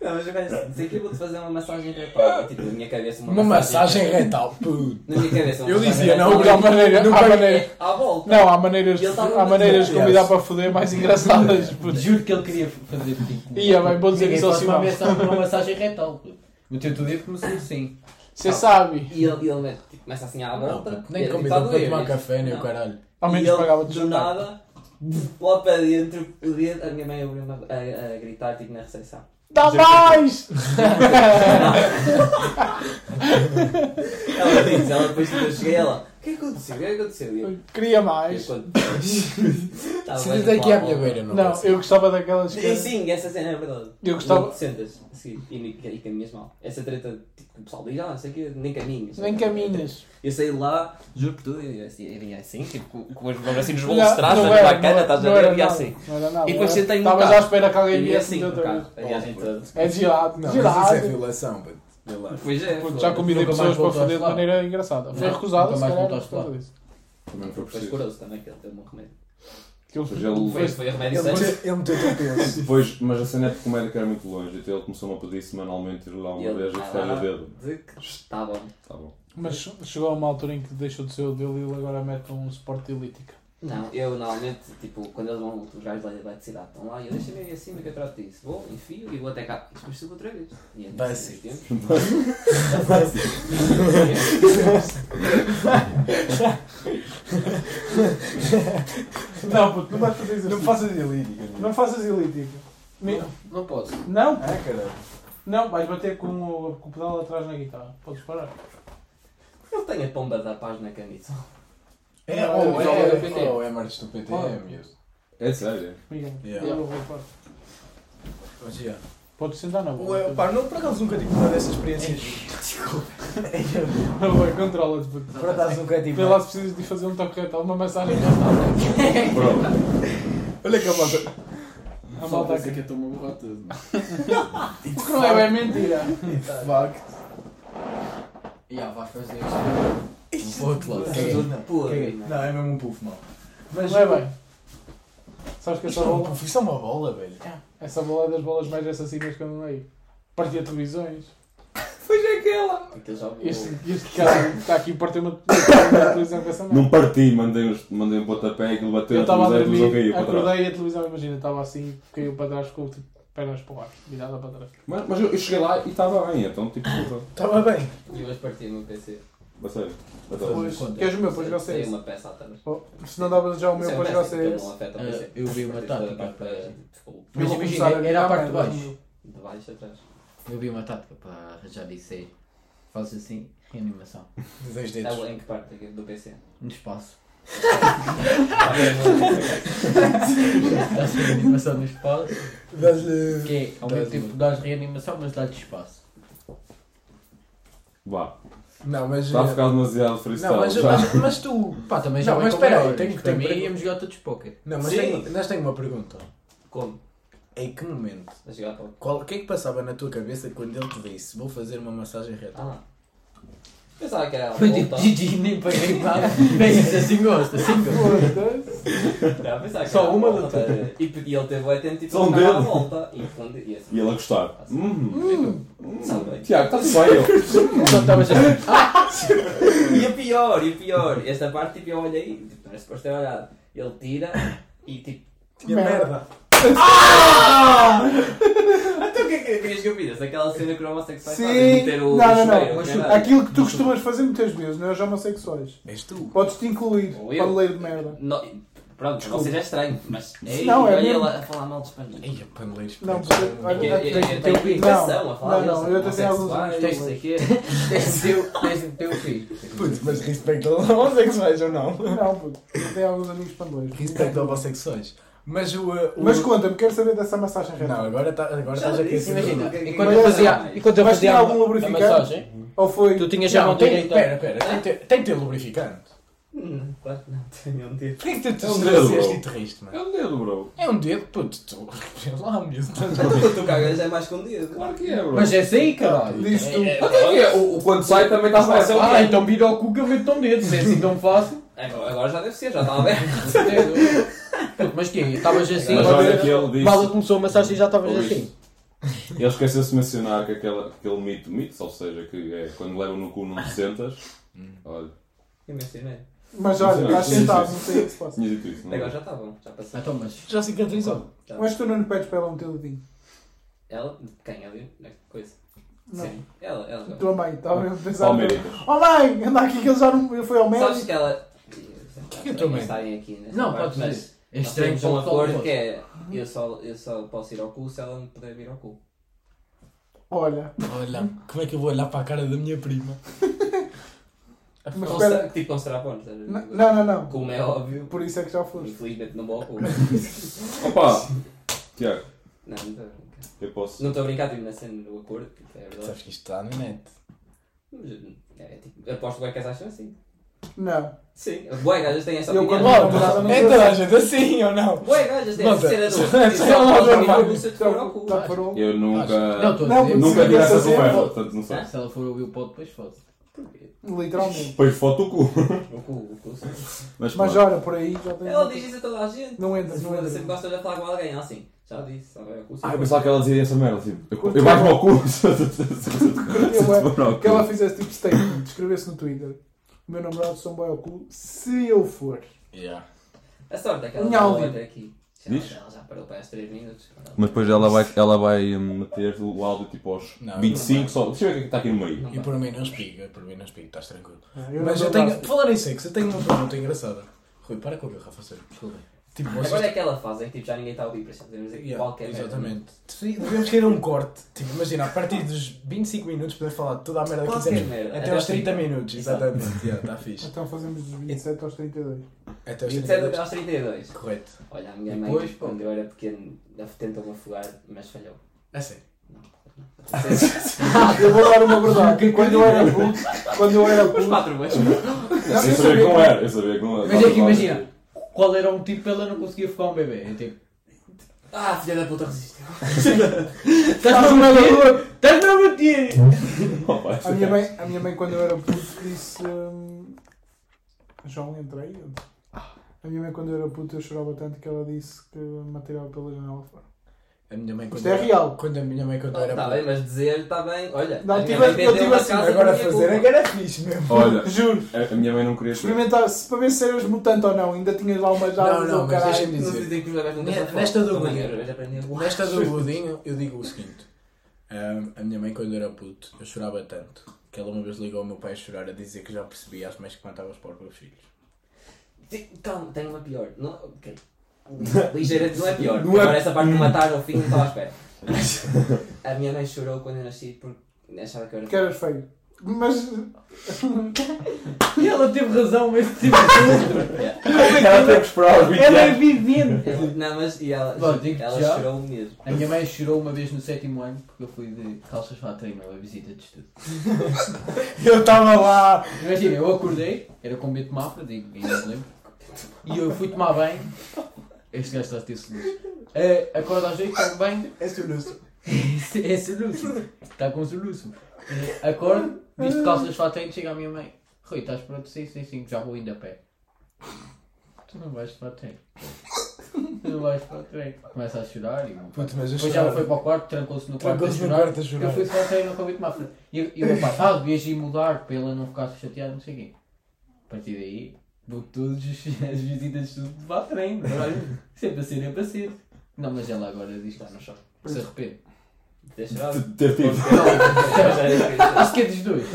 S7: Não, mas eu gajo assim, sei que eu vou-te fazer uma massagem retal. E tipo, na minha cabeça uma,
S6: Uma massagem retal, puto.
S7: Na minha cabeca.
S6: Eu dizia, não,
S8: Porque há maneira,
S6: Nunca-
S8: há maneira.
S7: À volta.
S8: Não, há maneiras,
S7: Ele tá estava
S8: há maneiras de
S6: muito-
S8: convidar
S6: Yes.
S8: para foder mais engraçadas. puto.
S5: Juro que ele queria fazer tipo.
S8: Ia bem, vou dizer
S5: Ninguém
S8: isso ao
S5: faz uma
S8: Simão.
S5: menção para uma massagem retal. puto. Meteu-te o dedo e começou assim.
S8: Você sabe.
S7: E ele, ele mete- tipo, começa assim à volta.
S6: puto,
S7: e
S6: Nem
S7: ele, tipo,
S6: convidou
S7: tá
S6: para
S7: doer,
S6: tomar
S7: mas-
S6: café, nem o
S7: não.
S6: caralho.
S8: Ao
S7: E
S8: menos
S7: ele,
S8: pagava-te
S7: do
S8: jantar.
S7: nada, lá para dentro, o dedo, a minha mãe abriu-me a, a- a gritar, tipo, na recepção.
S8: Dá mais!
S7: Ela disse, ela depois, tipo, eu cheguei, ela, o que é que aconteceu? O que é que aconteceu? E eu,
S8: Queria
S7: eu,
S8: mais.
S7: quando... Estava
S6: Se
S7: bem,
S6: diz aqui
S7: lá,
S6: à minha
S7: lá.
S6: beira, não.
S8: Não,
S6: vai ser.
S8: eu gostava daquelas
S7: E
S8: que...
S7: sim, essa cena é verdade.
S8: Eu gostava-
S7: Não te sentas a seguir e, nem- e caminhas mal. Essa treta, tipo, o pessoal diz, ah, não sei o quê, nem caminhas.
S8: Nem caminhas.
S7: Eu saí de lá, juro por tudo, eu, assim, eu vinha assim, tipo, com, com os assim nos
S8: Não,
S7: bolos de trás,
S8: não
S7: na
S8: era,
S7: bacana,
S8: não-
S7: estás
S8: não
S7: a ver,
S8: era
S7: eu vinha
S8: nada,
S7: assim.
S8: Não era nada.
S7: E depois sentei no
S8: Estavas
S7: carro.
S8: à espera que
S7: Eu
S8: alguém
S7: vinha
S8: viesse
S7: assim,
S8: de
S7: no
S8: outra vez.
S7: carro, a viagem toda.
S8: É gelado,
S6: Não, mas isso é
S8: gelado.
S6: violação, puto. Violação.
S7: Pois é,
S8: Puto,
S7: foi.
S8: já convidei
S5: Nunca mais
S8: pessoas para
S5: voltaste
S8: foder de
S5: lá.
S8: maneira engraçada. Foi
S5: Não,
S8: recusado,
S5: nunca
S8: se
S5: mais
S8: calhar, por
S5: voltaste
S8: causa
S5: lá.
S8: disso.
S4: Também foi
S7: Foi
S4: preciso.
S7: escoroso também, que ele deu-me um remédio.
S8: Que ele-
S4: Mas ele-
S7: Foi, foi remédio
S6: Ele
S7: sério.
S6: meteu- ele meteu-te o peso.
S4: Depois, mas a cena é porque o médico era muito longe, então ele começou-me a pedir semanalmente ir lá uma vez e ficar o dedo.
S7: Tá bom.
S4: Tá bom.
S8: Mas chegou a uma altura em que deixou de ser o dele e ele agora mete um suporte elítico.
S7: Não, eu normalmente, tipo, quando eles vão, os gajos lá da eletricidade estão lá, eu deixo-me aí acima que eu trato disso. Vou, enfio e vou até cá. Isto custou outra vez. E é
S6: Vai
S7: nesses
S6: ser.
S7: tempos.
S8: Não, puto, não vais fazer
S6: Não
S8: exercício.
S6: faças ilírica.
S8: Não faças elítico. Me-
S5: Não posso.
S8: Não,
S6: Ah, caralho.
S8: não, vais bater com o, com o pedal atrás na guitarra. Podes parar.
S7: Ele tem a pomba da paz na camisola.
S6: É,
S8: Não,
S6: ou
S8: é-
S6: é, ou é marcha do PT, é
S8: Olha.
S6: mesmo.
S4: É sério?
S8: Miguel,
S6: Yeah.
S8: eu vou parar.
S6: Mas, yeah.
S8: Podes sentar na boa.
S6: Ué, é, pá, não, por acaso nunca tive uma dessas experiências.
S8: Na boa, controla-te. puto.
S6: Por acaso nunca tive.
S8: Vê lá se precisas de fazer um toque retal, uma massagem retal.
S4: Bro,
S6: Olha que a malta.
S8: A malta aqui.
S5: eu estou a borrar tudo.
S8: O que não é bem mentira.
S6: Fuck.
S5: Já, vais fazer isto.
S6: Outro lado.
S7: Tudo podre.
S6: Não, é mesmo um puff, mal.
S8: Mas não é bem. Sabes que essa bola,
S6: puff, isso é uma bola, velho.
S8: essa bola é das bolas mais assassinas que eu não dei. Partia televisões.
S7: Aquilo Então já voou.
S8: Este, este cara que está aqui partiu uma uma televisão com essa merda.
S4: não parti, mandei, uns- mandei um pontapé e aquilo
S8: Eu
S4: bateu
S8: estava a
S4: televisão e televisão
S8: dormir,
S4: caiu para trás.
S8: acordei e a televisão, imagina, estava assim, caiu para trás, ficou tipo pernas para o ar, virada para trás.
S4: Mas, mas eu, eu cheguei lá e estava bem, então tipo, puta.
S6: Estava bem.
S7: E hoje parti no PC.
S4: a sério. Então,
S8: Pois,
S5: quando é?
S8: queres o meu para jogar
S7: Saiu
S8: CS?
S7: uma peça atrás.
S8: Oh, Se não davas já o meu
S7: Isso é
S8: para
S7: uma
S8: jogar
S7: peça, então não
S8: CS,
S7: afeta o
S5: Ah,
S7: PC.
S5: eu vi uma
S7: Partiu
S5: tática
S7: da parte
S5: para-
S7: da- tipo,
S8: eu
S5: Mas
S8: vou
S5: imagina,
S8: começar a
S5: era a
S8: ligar
S5: parte de
S8: merdas.
S5: baixo.
S7: De baixo atrás.
S5: Eu vi uma tática para arranjar isso aí. Fazes assim, reanimação.
S6: De dois
S7: Está
S6: dedos.
S7: Tá bom, É em que parte aqui do PC?
S5: No espaço. Dás reanimação no espaço.
S6: Dás-lhe.
S5: Que é, ao mesmo tempo dás reanimação, mas dás espaço.
S4: Vá,
S6: Não, mas. eh,
S4: está a ficar demasiado freestyle.
S6: Não, mas,
S4: Tá já.
S6: mas, mas tu.
S5: Pá, Ah, também
S6: Não,
S5: já
S6: mas
S5: vai com
S6: espera aí,
S5: horas.
S6: tenho que-
S5: Para
S6: tenho
S5: mim
S6: que-
S5: íamos jogar todos poker.
S6: Não, mas
S7: Sim.
S6: tenho, mas tenho uma pergunta.
S7: Como?
S6: Em que momento?
S7: A jogar para o.
S6: Qual, o que é que passava na tua cabeça quando ele te disse vou fazer uma massagem reta?
S7: Ah. Pensava que era a
S5: Foi tipo
S7: volta.
S5: GG, nem paguei nada. Bem, isso assim gosto, assim gosto.
S7: Não, pensava que
S5: Só
S7: era a
S5: uma
S7: volta, tá? E pedi ele teve o tempo tipo
S4: Só um
S7: andar à
S4: dedo.
S7: volta. E fundo. E assim.
S4: E ele a gostar. Hum,
S7: Sabe bem.
S4: Tiago, está-se bem.
S5: Só estava já.
S7: E o pior, e o pior, esta parte tipo eu olhei, tipo, não era suposto ter olhado. Ele tira e tipo.
S6: Tinha merda.
S7: Então o que é que querias que eu fizesse? Aquela cena que os homossexuais fazem de
S8: Sim,
S7: meter
S8: não,
S7: o. é
S8: não,
S7: chuveiro,
S8: não.
S7: caralho.
S8: Aquilo que tu costumas fazer muitas vezes, não é os homossexuais.
S6: És tu.
S8: Podes-te incluir,
S7: Ou eu.
S8: paneleiro de merda.
S7: No- Pronto, Desculpa. você já é estranho, mas. Ei,
S8: Não, é
S7: olha
S8: mesmo.
S7: ela a falar mal de espanhol.
S6: Ei, a paneleiros.
S8: Não,
S6: puta.
S8: porque-
S7: Eu,
S8: olha-
S7: eu, eu, eu tenho educação a falar
S8: Não, não,
S7: deles,
S8: eu até tenho alguns amigos
S7: homossexuais, não sei o quê.
S5: Tens de ter o filho.
S6: Putz, mas respeito aos homossexuais ou não?
S8: Não, puto. Eu tenho alguns amigos pandeleiros.
S6: Respeito aos homossexuais. Mas o. uh, o-
S8: Mas conta-me, quero saber dessa massagem reta.
S6: Não, agora, tá, agora estás aqui assim.
S5: Imagina, enquanto
S8: Mas
S5: eu
S8: é
S5: fazia,
S7: assim,
S5: enquanto eu
S8: mas
S5: fazia
S8: tinha
S5: a, a
S8: algum lubrificante?
S5: massagem,
S8: Ou foi.
S5: tu tinhas já a
S6: Não,
S5: mão
S6: tem,
S5: direita.
S6: pera, pera, tem que ter- tem que ter lubrificante.
S7: Hum, claro que não, tenho um dedo.
S6: Porquê que tu te
S4: É um dedo,
S6: estresseste
S4: bro.
S6: e te riste,
S4: É
S6: mano?
S4: um dedo, bro.
S6: É um dedo, puto, tu. Sei lá, meu Deus.
S7: Então quando tu cagas é mais com um dedo.
S4: Claro que é, bro.
S5: Mas é assim, caralho.
S8: Diz tu.
S5: É- é-
S4: O, quando sai também tá está
S5: Ah, ah, então vira ao cu que eu meto tão dedo, se é assim tão fácil.
S7: É, Agora já deve ser, já estava aberto.
S5: Puto, Mas que Estavas assim,
S4: Mas olha que ele
S5: bala
S4: disse.
S5: começou a massagem e já estavas
S4: Ouviste?
S5: assim.
S4: Ele esqueceu-se de mencionar que aquele, aquele mito, mito, ou seja, que é quando levam no cu não te sentas. Olha,
S7: Eu mencionei.
S8: Mas olha, estás
S4: Sim, sim,
S8: sentado,
S4: sim.
S8: não sei o que se passa.
S4: tinha dito isso, não é?
S7: Agora já estavam, já passou.
S5: Então, mas.
S6: Já cicatrizou.
S4: Tá.
S8: Mas tu não lhe pedes para ela um meter o dedinho.
S7: Ela? Quem? Ali? Na coisa? Sim. Ela, ela.
S8: Tua mãe, estava a pensar.
S4: Ao Américas.
S8: Oh mãe, anda aqui que ele já não foi ao
S7: Sabes
S8: médico.
S7: que ela.
S6: que eu também?
S7: Estarem aqui nesta
S5: Não,
S7: parte,
S5: podes
S7: mas
S5: dizer. É
S7: nós
S5: estranho
S7: temos um
S5: só o
S7: acordo
S5: rosto.
S7: que é eu só, eu só posso ir ao cu se ela me puder vir ao cu.
S8: Olha,
S6: Olha, como é que eu vou olhar para a cara da minha prima?
S8: mas
S7: Consta-
S8: espera.
S7: Tipo, considerar pontos. estás a ver?
S8: N- Não, não, não.
S7: Como é óbvio,
S8: Por isso é que já foste.
S7: infelizmente não vou ao cu.
S4: Opa! Tiago,
S7: Não, não estou a brincar.
S4: eu posso.
S7: Não estou a brincar, tipo, na cena do acordo, que é verdade.
S6: Sabes que isto está na net.
S7: Mas, é, tipo, aposto que é que as acham assim.
S8: Não.
S7: Sim. Boa, gajas têm essa
S8: Eu
S7: opinião.
S8: quando- namorada não
S6: É
S8: sei.
S6: toda a gente assim ou não?
S7: Boa, gajas têm essa
S6: Nossa,
S7: cena do.
S6: essa-
S7: Se
S6: essa é
S7: ela
S6: uma
S7: pode vir ao
S6: normal.
S7: cu se eu te for ao cu.
S8: Já foram.
S4: Eu
S5: Não,
S4: nunca.
S5: estou a
S8: Não,
S5: dizer.
S4: Nunca vi
S8: Sim,
S4: essa
S8: sim,
S4: conversa,
S8: sim.
S4: portanto não sei.
S5: assim, Se ela for ouvir o pod, depois foda-se.
S8: Literalmente.
S4: Põe foto do cu.
S7: O cu, o cu. sim.
S4: Mas,
S8: Mas
S4: pronto.
S8: olha, por aí já tem.
S7: Ela diz isso a toda a gente.
S8: Não entra,
S7: Se
S8: não entra.
S7: Sempre gosta de falar com alguém, ela assim. Já disse, só vai ao cu. se
S4: Ah, eu
S7: eu for.
S4: pensava que ela dizia essa merda, tipo, eu, eu baixo-me ao cu. Se eu te- se eu te- se eu te for ao
S8: eh, Que ela
S4: cu.
S8: fizesse tipo statement, escrevesse no Twitter. O meu namorado são boy ao cu, se eu for.
S7: A sorte é que ela
S8: Não,
S7: parou
S8: ouvi.
S7: até aqui. Já,
S4: Diz?
S7: ela já parou para as 3 minutos.
S4: Mas depois ela vai, ela vai hum, meter o áudio tipo aos
S6: Não,
S4: 25,
S6: não
S4: só. Deixa eu ver o que é que está aqui no meio.
S7: Não
S6: E
S7: vai.
S6: por mim não espiga, por mim não espiga, estás tranquilo. Mas
S8: eu não
S6: Ah, eu
S8: dou
S6: tenho.
S8: braço.
S6: Falar em sexo, eu tenho uma pergunta engraçada. Rui, para com a garrafa, sério. Tipo, vocês.
S7: Agora é aquela fase em que tipo, já ninguém está a ouvir para podemos dizer
S6: Yeah,
S7: qualquer merda.
S6: exatamente. Devemos ter um corte. Tipo, imagina, a partir dos 25 minutos podemos falar de toda a merda que
S7: Qualquer
S6: quisermos.
S7: merda.
S6: Até
S7: Até
S6: aos
S7: aos
S6: 30
S7: 30.
S6: minutos, exatamente. Está tá fixe.
S8: Então fazemos dos 27 aos 32.
S6: Até aos 30
S7: 27 até
S6: minutos.
S7: é aos 32.
S6: Correto.
S7: Olha, a minha mãe, tipo,
S5: Depois, pô.
S7: quando eu era pequeno, tentou-me afogar, mas falhou.
S6: É sério.
S8: Eu vou dar uma verdade. quando eu era puto, quando eu era
S7: Os
S8: puto,
S7: 4 meses.
S4: Eu sabia que não era, eu sabia que não era.
S5: Mas é que imagina, qual era o motivo para ela não conseguir focar um bebê? É tipo,
S7: Ah, filha da puta, resistiu.
S5: estás-me a bater! Estás-me a bater!
S4: Oh, vai,
S8: a minha mãe, a minha mãe quando eu era puto disse. hum, João, entrei. A minha mãe quando eu era puto eu chorava tanto que ela disse que me atirava pela janela fora.
S6: A minha mãe quando
S8: Isto é
S6: era-
S8: real.
S6: Quando a minha mãe quando era.
S7: Está Tá bem, mas dizer está bem. Olha,
S8: Não,
S7: a minha
S8: tive-
S7: mãe
S8: eu
S7: vendeu
S8: tive
S7: uma
S8: assim,
S7: é casa
S6: Agora
S7: por
S6: a
S7: minha
S6: fazer é que
S7: culpa.
S6: era fixe mesmo.
S4: Olha,
S8: Juro.
S4: a- a minha mãe não queria ter.
S8: Experimentar se para ver se eras mutante ou não, ainda tinhas lá umas
S6: Não,
S8: árvores
S6: não,
S8: ou
S6: mas
S8: caralho.
S6: deixa-me
S7: Não
S6: dizer.
S7: dizem que os bebés não
S6: Nesta-
S7: têm
S6: nesta do
S7: Também,
S6: Google.
S7: eu já aprendi a voar.
S6: Nesta do Godinho, eu digo o seguinte: Ahm, a minha mãe, quando era puto, eu chorava tanto que ela uma vez ligou ao meu pai a chorar a dizer que já percebia as mães que matavam os próprios filhos.
S7: Sim, Calma, tenho uma pior. Não, ok. Ligeira não é pior.
S4: Não é-
S7: Agora essa parte de matar ao fim não estava à espera. Mas a minha mãe chorou quando eu nasci porque achava que eu
S8: Que
S7: era.
S8: eras feio. Mas.
S5: E ela teve razão, mas tipo. tudo.
S4: Ela teve que esperar os 20
S5: ela é
S4: anos.
S5: vivente.
S7: Eu- Não, mas e ela,
S5: Bom, digo-te
S7: ela
S5: já.
S7: chorou mesmo.
S5: A minha mãe chorou uma vez no sétimo ano porque eu fui de calças para a treino a visita de estudo.
S6: Eu estava lá!
S5: Imagina, eu acordei, era com Beto Mafra, digo, ainda me lembro, e eu fui tomar banho. Este gajo está a ter soluço. Eh, acordo às 8, tomo banho.
S6: É soluço.
S5: É soluço. Está com soluço. Eh, acordo, visto calças para a treino, chega à minha mãe. Rui, estás pronto? Sim, sim, sim, já vou indo a pé. Tu não vais para a treino. Tu não vais para a treino. Começa a chorar e o meu pai-
S6: Puto, mas eu
S5: depois ela foi
S6: chorava.
S5: para o quarto, trancou-se no quarto
S6: Trancou-se
S5: a
S6: no
S5: chorar.
S6: quarto a chorar.
S5: Eu fui só sair no convite máfia. E, e o meu pai, ah, devias ir mudar para ela não ficar chateada, não sei o quê. A partir daí, vou todas as visitas tudo para a treino. olha, Sempre a ser, é para ser. Não, mas ela agora diz
S7: Ah,
S5: que não chora. Se arrepende.
S7: Ter chorado.
S4: Ter tido.
S5: Acho que é dos dois.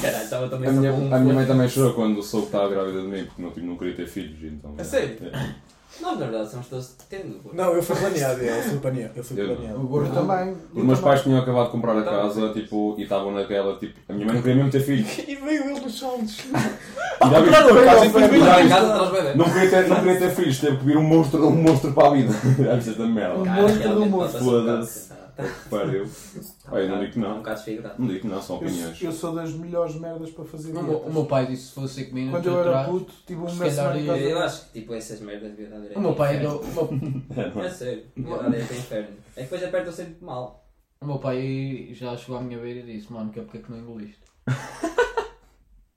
S7: Caralho, estava também
S4: A minha,
S7: um-
S4: a minha mãe também chorou quando soube que estava grávida de mim, porque não, tipo, não queria ter filhos. Então,
S7: A sério?
S4: É.
S7: Nós na verdade somos todos tendo. pô.
S6: Não, eu fui planeado, é, eu fui planeado. Eu fui
S4: Eu não.
S6: planeado.
S5: O gordo também.
S8: Também.
S4: Os meus pais tinham acabado de comprar a casa tipo, e estavam naquela, tipo, a minha mãe não queria mesmo ter filhos.
S6: E veio ele nos saltos.
S4: E já vi-
S6: casa e depois
S4: E já
S7: Tá Lá em
S4: vi-
S7: casa nós vai ver.
S4: Não queria ter, não queria ter filhos, teve que vir um monstro, um monstro para a vida. Já viste esta merda?
S7: Cara,
S8: monstro do
S7: realmente,
S8: monstro.
S7: nós somos
S4: Foda-se.
S7: todos-
S4: Pariu. Olha, não digo que
S7: tá, Um
S4: não.
S7: bocado desfigurado.
S4: Não digo que não, são
S8: Eu,
S4: opiniões.
S8: eu sou das melhores merdas para fazer
S6: é.
S5: O meu-
S8: dietas.
S5: o meu pai disse se fosse comigo,
S8: Quando eu era puto, tive um
S5: Se
S8: uma
S5: calhar
S8: semana em
S5: ia-
S8: casa.
S7: Eu acho que tipo essas merdas devia dar direito.
S5: O meu pai
S6: é.
S5: ainda. O meu,
S7: É sério, devia dar direito ao inferno. É que depois apertam sempre mal.
S5: o meu pai já chegou à minha beira e disse: Mónica, porque é que não engoliste?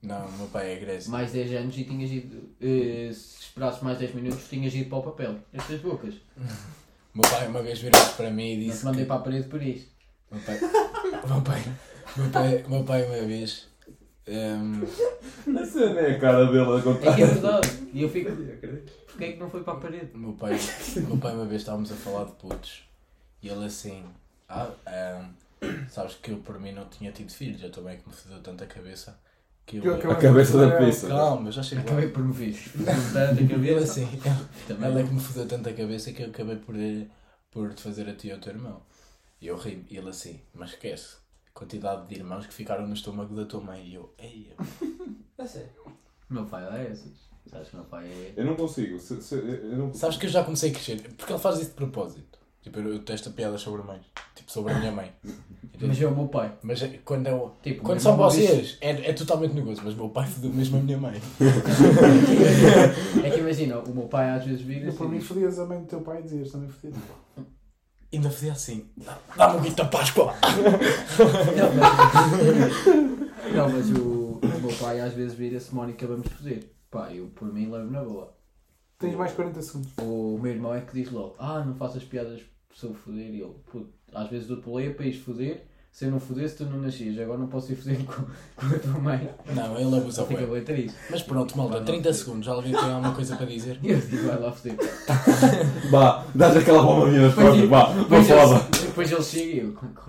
S6: Não, o meu pai é Grécia.
S5: Mais 10 anos e tinhas ido. eh, se esperasses mais 10 minutos, tinhas ido para o papel. Estas bocas.
S6: O meu pai uma vez virou-se para mim e
S5: Não te
S6: disse.
S5: mandei
S6: que-
S5: para a parede por isto.
S6: Meu pai, meu pai, meu pai, meu pai uma vez. ehm,
S4: A cena é a cara dele a
S5: É
S4: contar.
S5: que é verdade. E eu fico. Porquê é que não foi para a parede?
S6: meu, pai, meu pai uma vez estávamos a falar de putos e ele assim. Ah, ehm, sabes que eu por mim não tinha tido filhos, eu também que me fodeu tanta cabeça que
S8: Que eu
S6: eu.
S8: acabei-
S4: A cabeça
S8: É,
S4: da pizza.
S6: Calma, eu já chego lá.
S5: Acabei por me vir. Portanto, a
S6: Ele
S5: cabeça.
S6: assim.
S5: Também.
S6: Ela é que me fodeu tanta cabeça que eu acabei por, eh, por te fazer a ti e ao teu irmão. E eu ri e ele assim, mas esquece. Quantidade de irmãos que ficaram no estômago da tua mãe. E eu, ei, eu-
S7: Eu sei.
S5: Meu pai lá é essas. Sabes que meu pai é.
S4: Eu não consigo. se- se- eu eu não consigo.
S6: Sabes que eu já comecei a crescer. Porque ele faz isso de propósito. Tipo, eu eu testo piadas sobre mães. Tipo, sobre a minha mãe.
S5: Mas é o meu pai.
S6: Mas é- quando eu.
S5: Tipo,
S6: Quando
S5: meu
S6: são
S5: irmão
S6: vocês, é, é totalmente negócio. Mas meu pai fodeu mesmo a minha mãe.
S5: É que imagina, o meu pai às vezes vira.
S8: Eu, por mim, fodias a mãe do teu pai e dizias também fodias.
S6: Ainda fazia assim. "Dá- Dá-me o guito da Páscoa!
S5: Não, mas, não, mas o, o meu pai às vezes vira-se, Mónica, vamos fazer. Pá, eu por mim levo na boa.
S8: Tens mais 40 segundos.
S5: O meu irmão é que diz logo, ah, não faças piadas sobre foder. E ele, puto, às vezes dou-te boleia para ires foder. Se eu não fodesse, tu não nascias. Agora não posso ir foder com, com a tua mãe.
S6: Não, ele abusa
S5: Só fica
S6: bem.
S5: bem triste.
S6: Mas pronto, malta, 30 segundos. Alguém tem alguma coisa para dizer?
S5: E eu digo, vai lá foder.
S4: Vá, dás aquela bombadinha nas costas, vá, vá
S5: Depois
S8: assim.
S4: foda.
S5: ele, depois ele chega e eu, como é que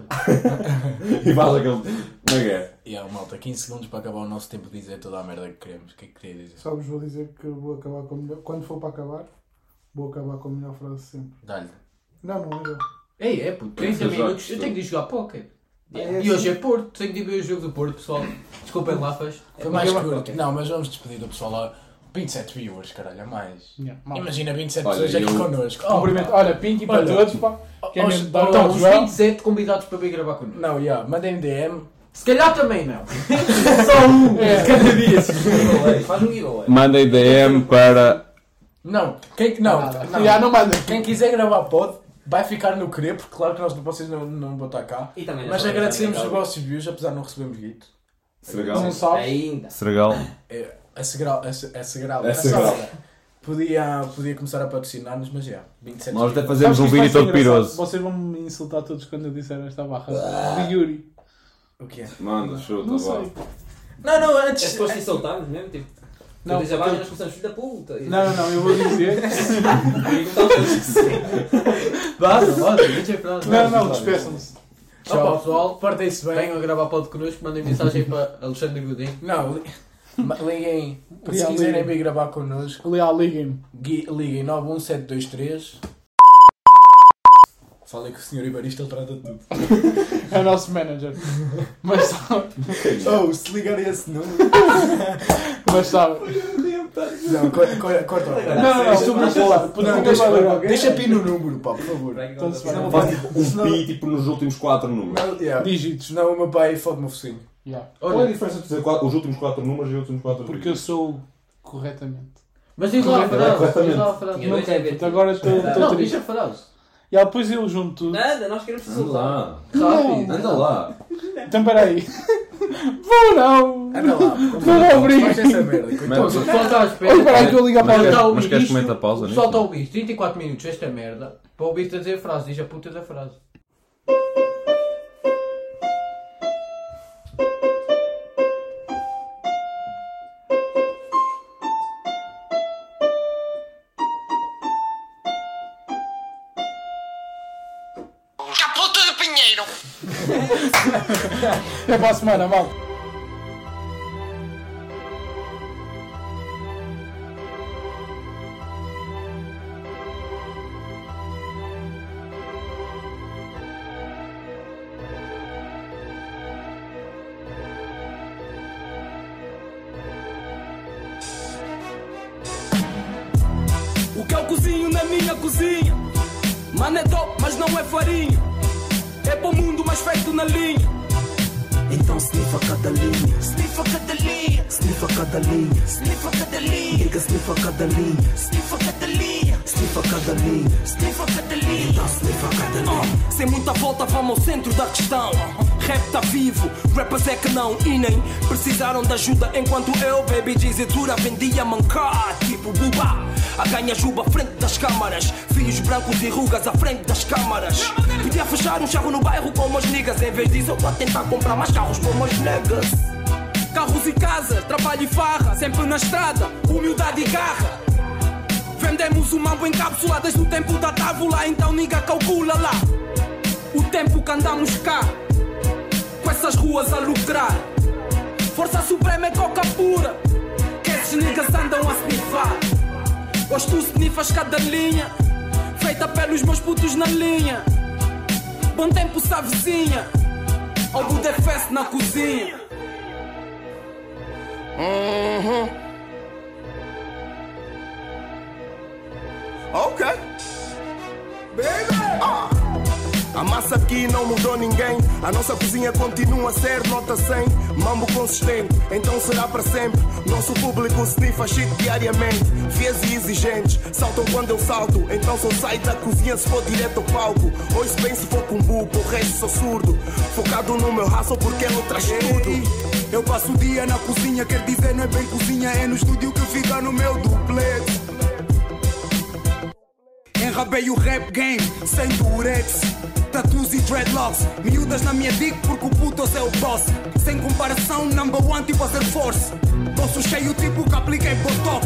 S5: foi?
S4: E faz aquele. Como é que é?
S6: E yeah, malta, 15 segundos para acabar o nosso tempo de dizer toda a merda que queremos. O que é que queria dizer?
S8: Só vos vou dizer que vou acabar com a melhor. Quando for para acabar, vou acabar com a melhor frase de sempre.
S6: Dá-lhe.
S8: Não, não é já.
S5: Ei, é puto, 30
S4: Eu já-
S5: minutos, eu tenho de ir jogar póquer.
S8: É
S5: E hoje
S8: assim.
S5: é Porto, tenho de ir ver o jogo do Porto, pessoal. Desculpem lá, faz.
S6: Foi mais curto. Não, mas vamos despedir do pessoal lá. 27 viewers, caralho, a mais.
S8: Yeah, mal.
S6: Imagina 27
S4: Olha,
S6: pessoas aqui
S4: eu-
S6: connosco. Oh,
S8: Cumprimento. Olha, Pinky para
S6: Olha.
S8: todos, pá.
S6: pá.
S8: quem
S6: Os-
S8: me dá-
S5: Então,
S8: Então,
S5: uns
S8: João-
S5: 27 convidados para vir gravar connosco.
S6: Oh, Não, yeah, mandem DM.
S5: Se calhar também não.
S8: é.
S6: Cada dia.
S7: Giveaway, Faz um giveaway.
S4: Mandem DM para.
S6: Não, quem, não, não.
S8: Já não manda.
S6: quem quiser gravar pode, vai ficar no querer, porque claro que nós, vocês não, não vão estar cá.
S7: E também
S6: Mas
S7: não foi-
S6: agradecemos os
S4: é
S7: também
S6: vossos views, apesar de não recebermos guito.
S4: Sergal.
S8: é Não
S7: não-
S8: sabes.
S7: Ainda.
S4: Sergal.
S6: É, A Segral, a Se- a Segral,
S4: A
S6: a
S4: Segral.
S6: Segral. Podia, podia começar a patrocinar-nos, mas já, 27
S4: Nós até
S6: viewers.
S4: fazemos um
S8: Sabes que
S4: vídeo
S8: isto
S4: todo
S8: vai ser engraçado.
S4: piroso.
S8: Vocês vão me insultar todos quando eu disser esta barra de Yuri.
S6: O que é?
S4: Manda, chuta,
S8: Não
S4: vá.
S8: sei.
S6: Não, não,
S7: É
S6: antes.
S7: depois de soltarmos mesmo, tipo.
S8: Não,
S7: Não, desde abaixo nós começamos filho da puta. E-
S8: Não, não, não, eu vou dizer.
S7: e começamos-
S5: Basta, basta, gente é pronto.
S8: Não, não, despeçam-se.
S5: Tchau,
S6: Tchau,
S5: pessoal.
S6: Tá portem-se bem.
S5: Venham a gravar pod connosco, mandem mensagem para Alexandre Godinho.
S6: Não, li- Ma- Liguem, se
S8: Real
S6: quiserem
S8: liguem.
S6: vir gravar connosco,
S8: Aliás, liguem-me.
S6: gui- liguem 91723. Falei que o senhor Ibarista ele trata de tudo.
S8: É o nosso manager. Mas sabe,
S6: Oh, se ligar a esse número.
S8: mas sabe.
S6: Não, co- co- corta.
S7: Não,
S8: Não, não,
S6: Isto
S8: não,
S6: não
S8: deixa lá,
S6: pode.
S8: puta,
S6: Não,
S8: nunca
S6: deixa
S8: vai
S6: pôr.
S8: alguém.
S6: Deixa pi no número, pá, por favor.
S7: Então se
S8: vai-
S4: Faz tipo um
S6: Senão-
S4: pi tipo, nos últimos 4 números.
S6: Não, yeah.
S8: Dígitos.
S6: Senão o meu pai fode-me o focinho.
S8: Yeah.
S4: Qual é a
S5: Olha,
S4: diferença entre dizer qua- os últimos 4 números e os últimos 4
S8: Porque eu sou corretamente.
S5: mas diz lá a frase, diz lá a frase.
S7: Tinha dois a ver.
S8: Portanto, agora estou
S5: Não, diz
S8: triste.
S5: a frase.
S8: E aí, depois eu junto tudo.
S7: Anda, nós queremos te
S4: Anda
S7: soltar.
S4: lá,
S5: Rápido.
S4: anda lá.
S8: Então peraí. Vou não!
S6: Anda lá.
S8: Não, não, obrigado.
S6: Faz essa merda. coitado.
S4: Mas- é
S5: O pessoal está à
S8: Olha,
S5: espera.
S8: peraí que eu ligo tá a
S5: O pessoal
S8: para
S5: está a
S4: Mas
S5: ouvir
S4: queres
S5: isto.
S4: comentar a pausa
S5: O pessoal
S4: nisso?
S5: está a ouvir isto. 34 minutos, esta merda. Para ouvir-te a dizer a frase, diz a puta da frase.
S1: Capota de Pinheiro!
S8: Até para a semana, mal.
S9: O que eu cozinho na minha cozinha Mano é dope, mas não é farinha É para o mundo, mas feito na linha Então sniffa cada linha Sniffa cada linha Sniffa cada linha Sniffa cada linha Diga sniffa cada linha Sniffa cada linha Sniffa cada linha Sniffa cada linha Então sniffa cada linha Sem muita volta vamos ao centro da questão Rap tá vivo, rappers é que não E nem precisaram de ajuda Enquanto eu, baby, dizia dura Vendia mancar, tipo buba A ganha juba à frente das câmaras Fios brancos e rugas à frente das câmaras Podia fechar um charro no bairro com umas niggas Em vez disso eu tô a tentar comprar mais carros com umas niggas Carros e casa, trabalho e farra Sempre na estrada, humildade e garra Vendemos o mambo em cápsula desde o tempo da tábula Então niga calcula lá O tempo que andamos cá Com essas ruas a lucrar Força suprema é coca pura Que esses niggas andam a sniffar Hoje tu sniffas cada linha Feita pelos meus putos na linha Bom tempo, sa vizinha Algo de festa na cozinha Uhum. Ok. Baby! Ah. A massa aqui não mudou ninguém. A nossa cozinha continua a ser nota 100. Mambo consistente, então será para sempre. Nosso público sniffa shit diariamente. Fies e exigentes, saltam quando eu salto. Então só saio da cozinha se for direto ao palco. Hoje bem se for com bupo, o resto sou surdo. Focado no meu raço porque eu traz tudo. Eu passo o dia na cozinha, quer dizer, não é bem cozinha, é no estúdio que fica no meu duplete. Enrabei o rap game sem durex Tattoos e dreadlocks Miúdas na minha dick porque o putos é o boss Sem comparação, number one tipo a ser force Bolso cheio tipo que apliquei botox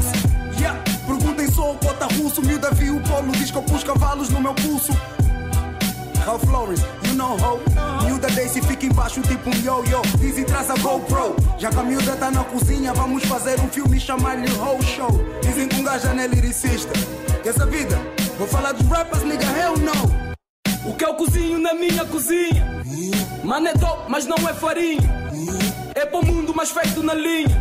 S9: Yeah, perguntem só o cota russo Miúda viu o polo, diz que eu pus cavalos no meu pulso Ralph Lauren, you know ho Miúda Daisy fica embaixo tipo um yo-yo Diz e traz a GoPro Já que a miúda tá na cozinha Vamos fazer um filme e chamar-lhe Ho Show Dizem que um gajo é lyricista Quer essa vida? Vou falar dos rappers, nigga, hell no O que eu cozinho na minha cozinha Mano é dope, mas não é farinha É para o mundo, mas feito na linha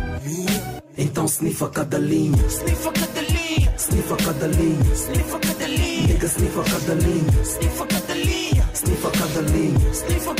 S9: então sniffa cada linha Sniffa cada linha Sniffa cada linha Sniffa cada linha Então Nigga sniffa cada linha Sniffa cada linha Sniffa cada linha Sniffa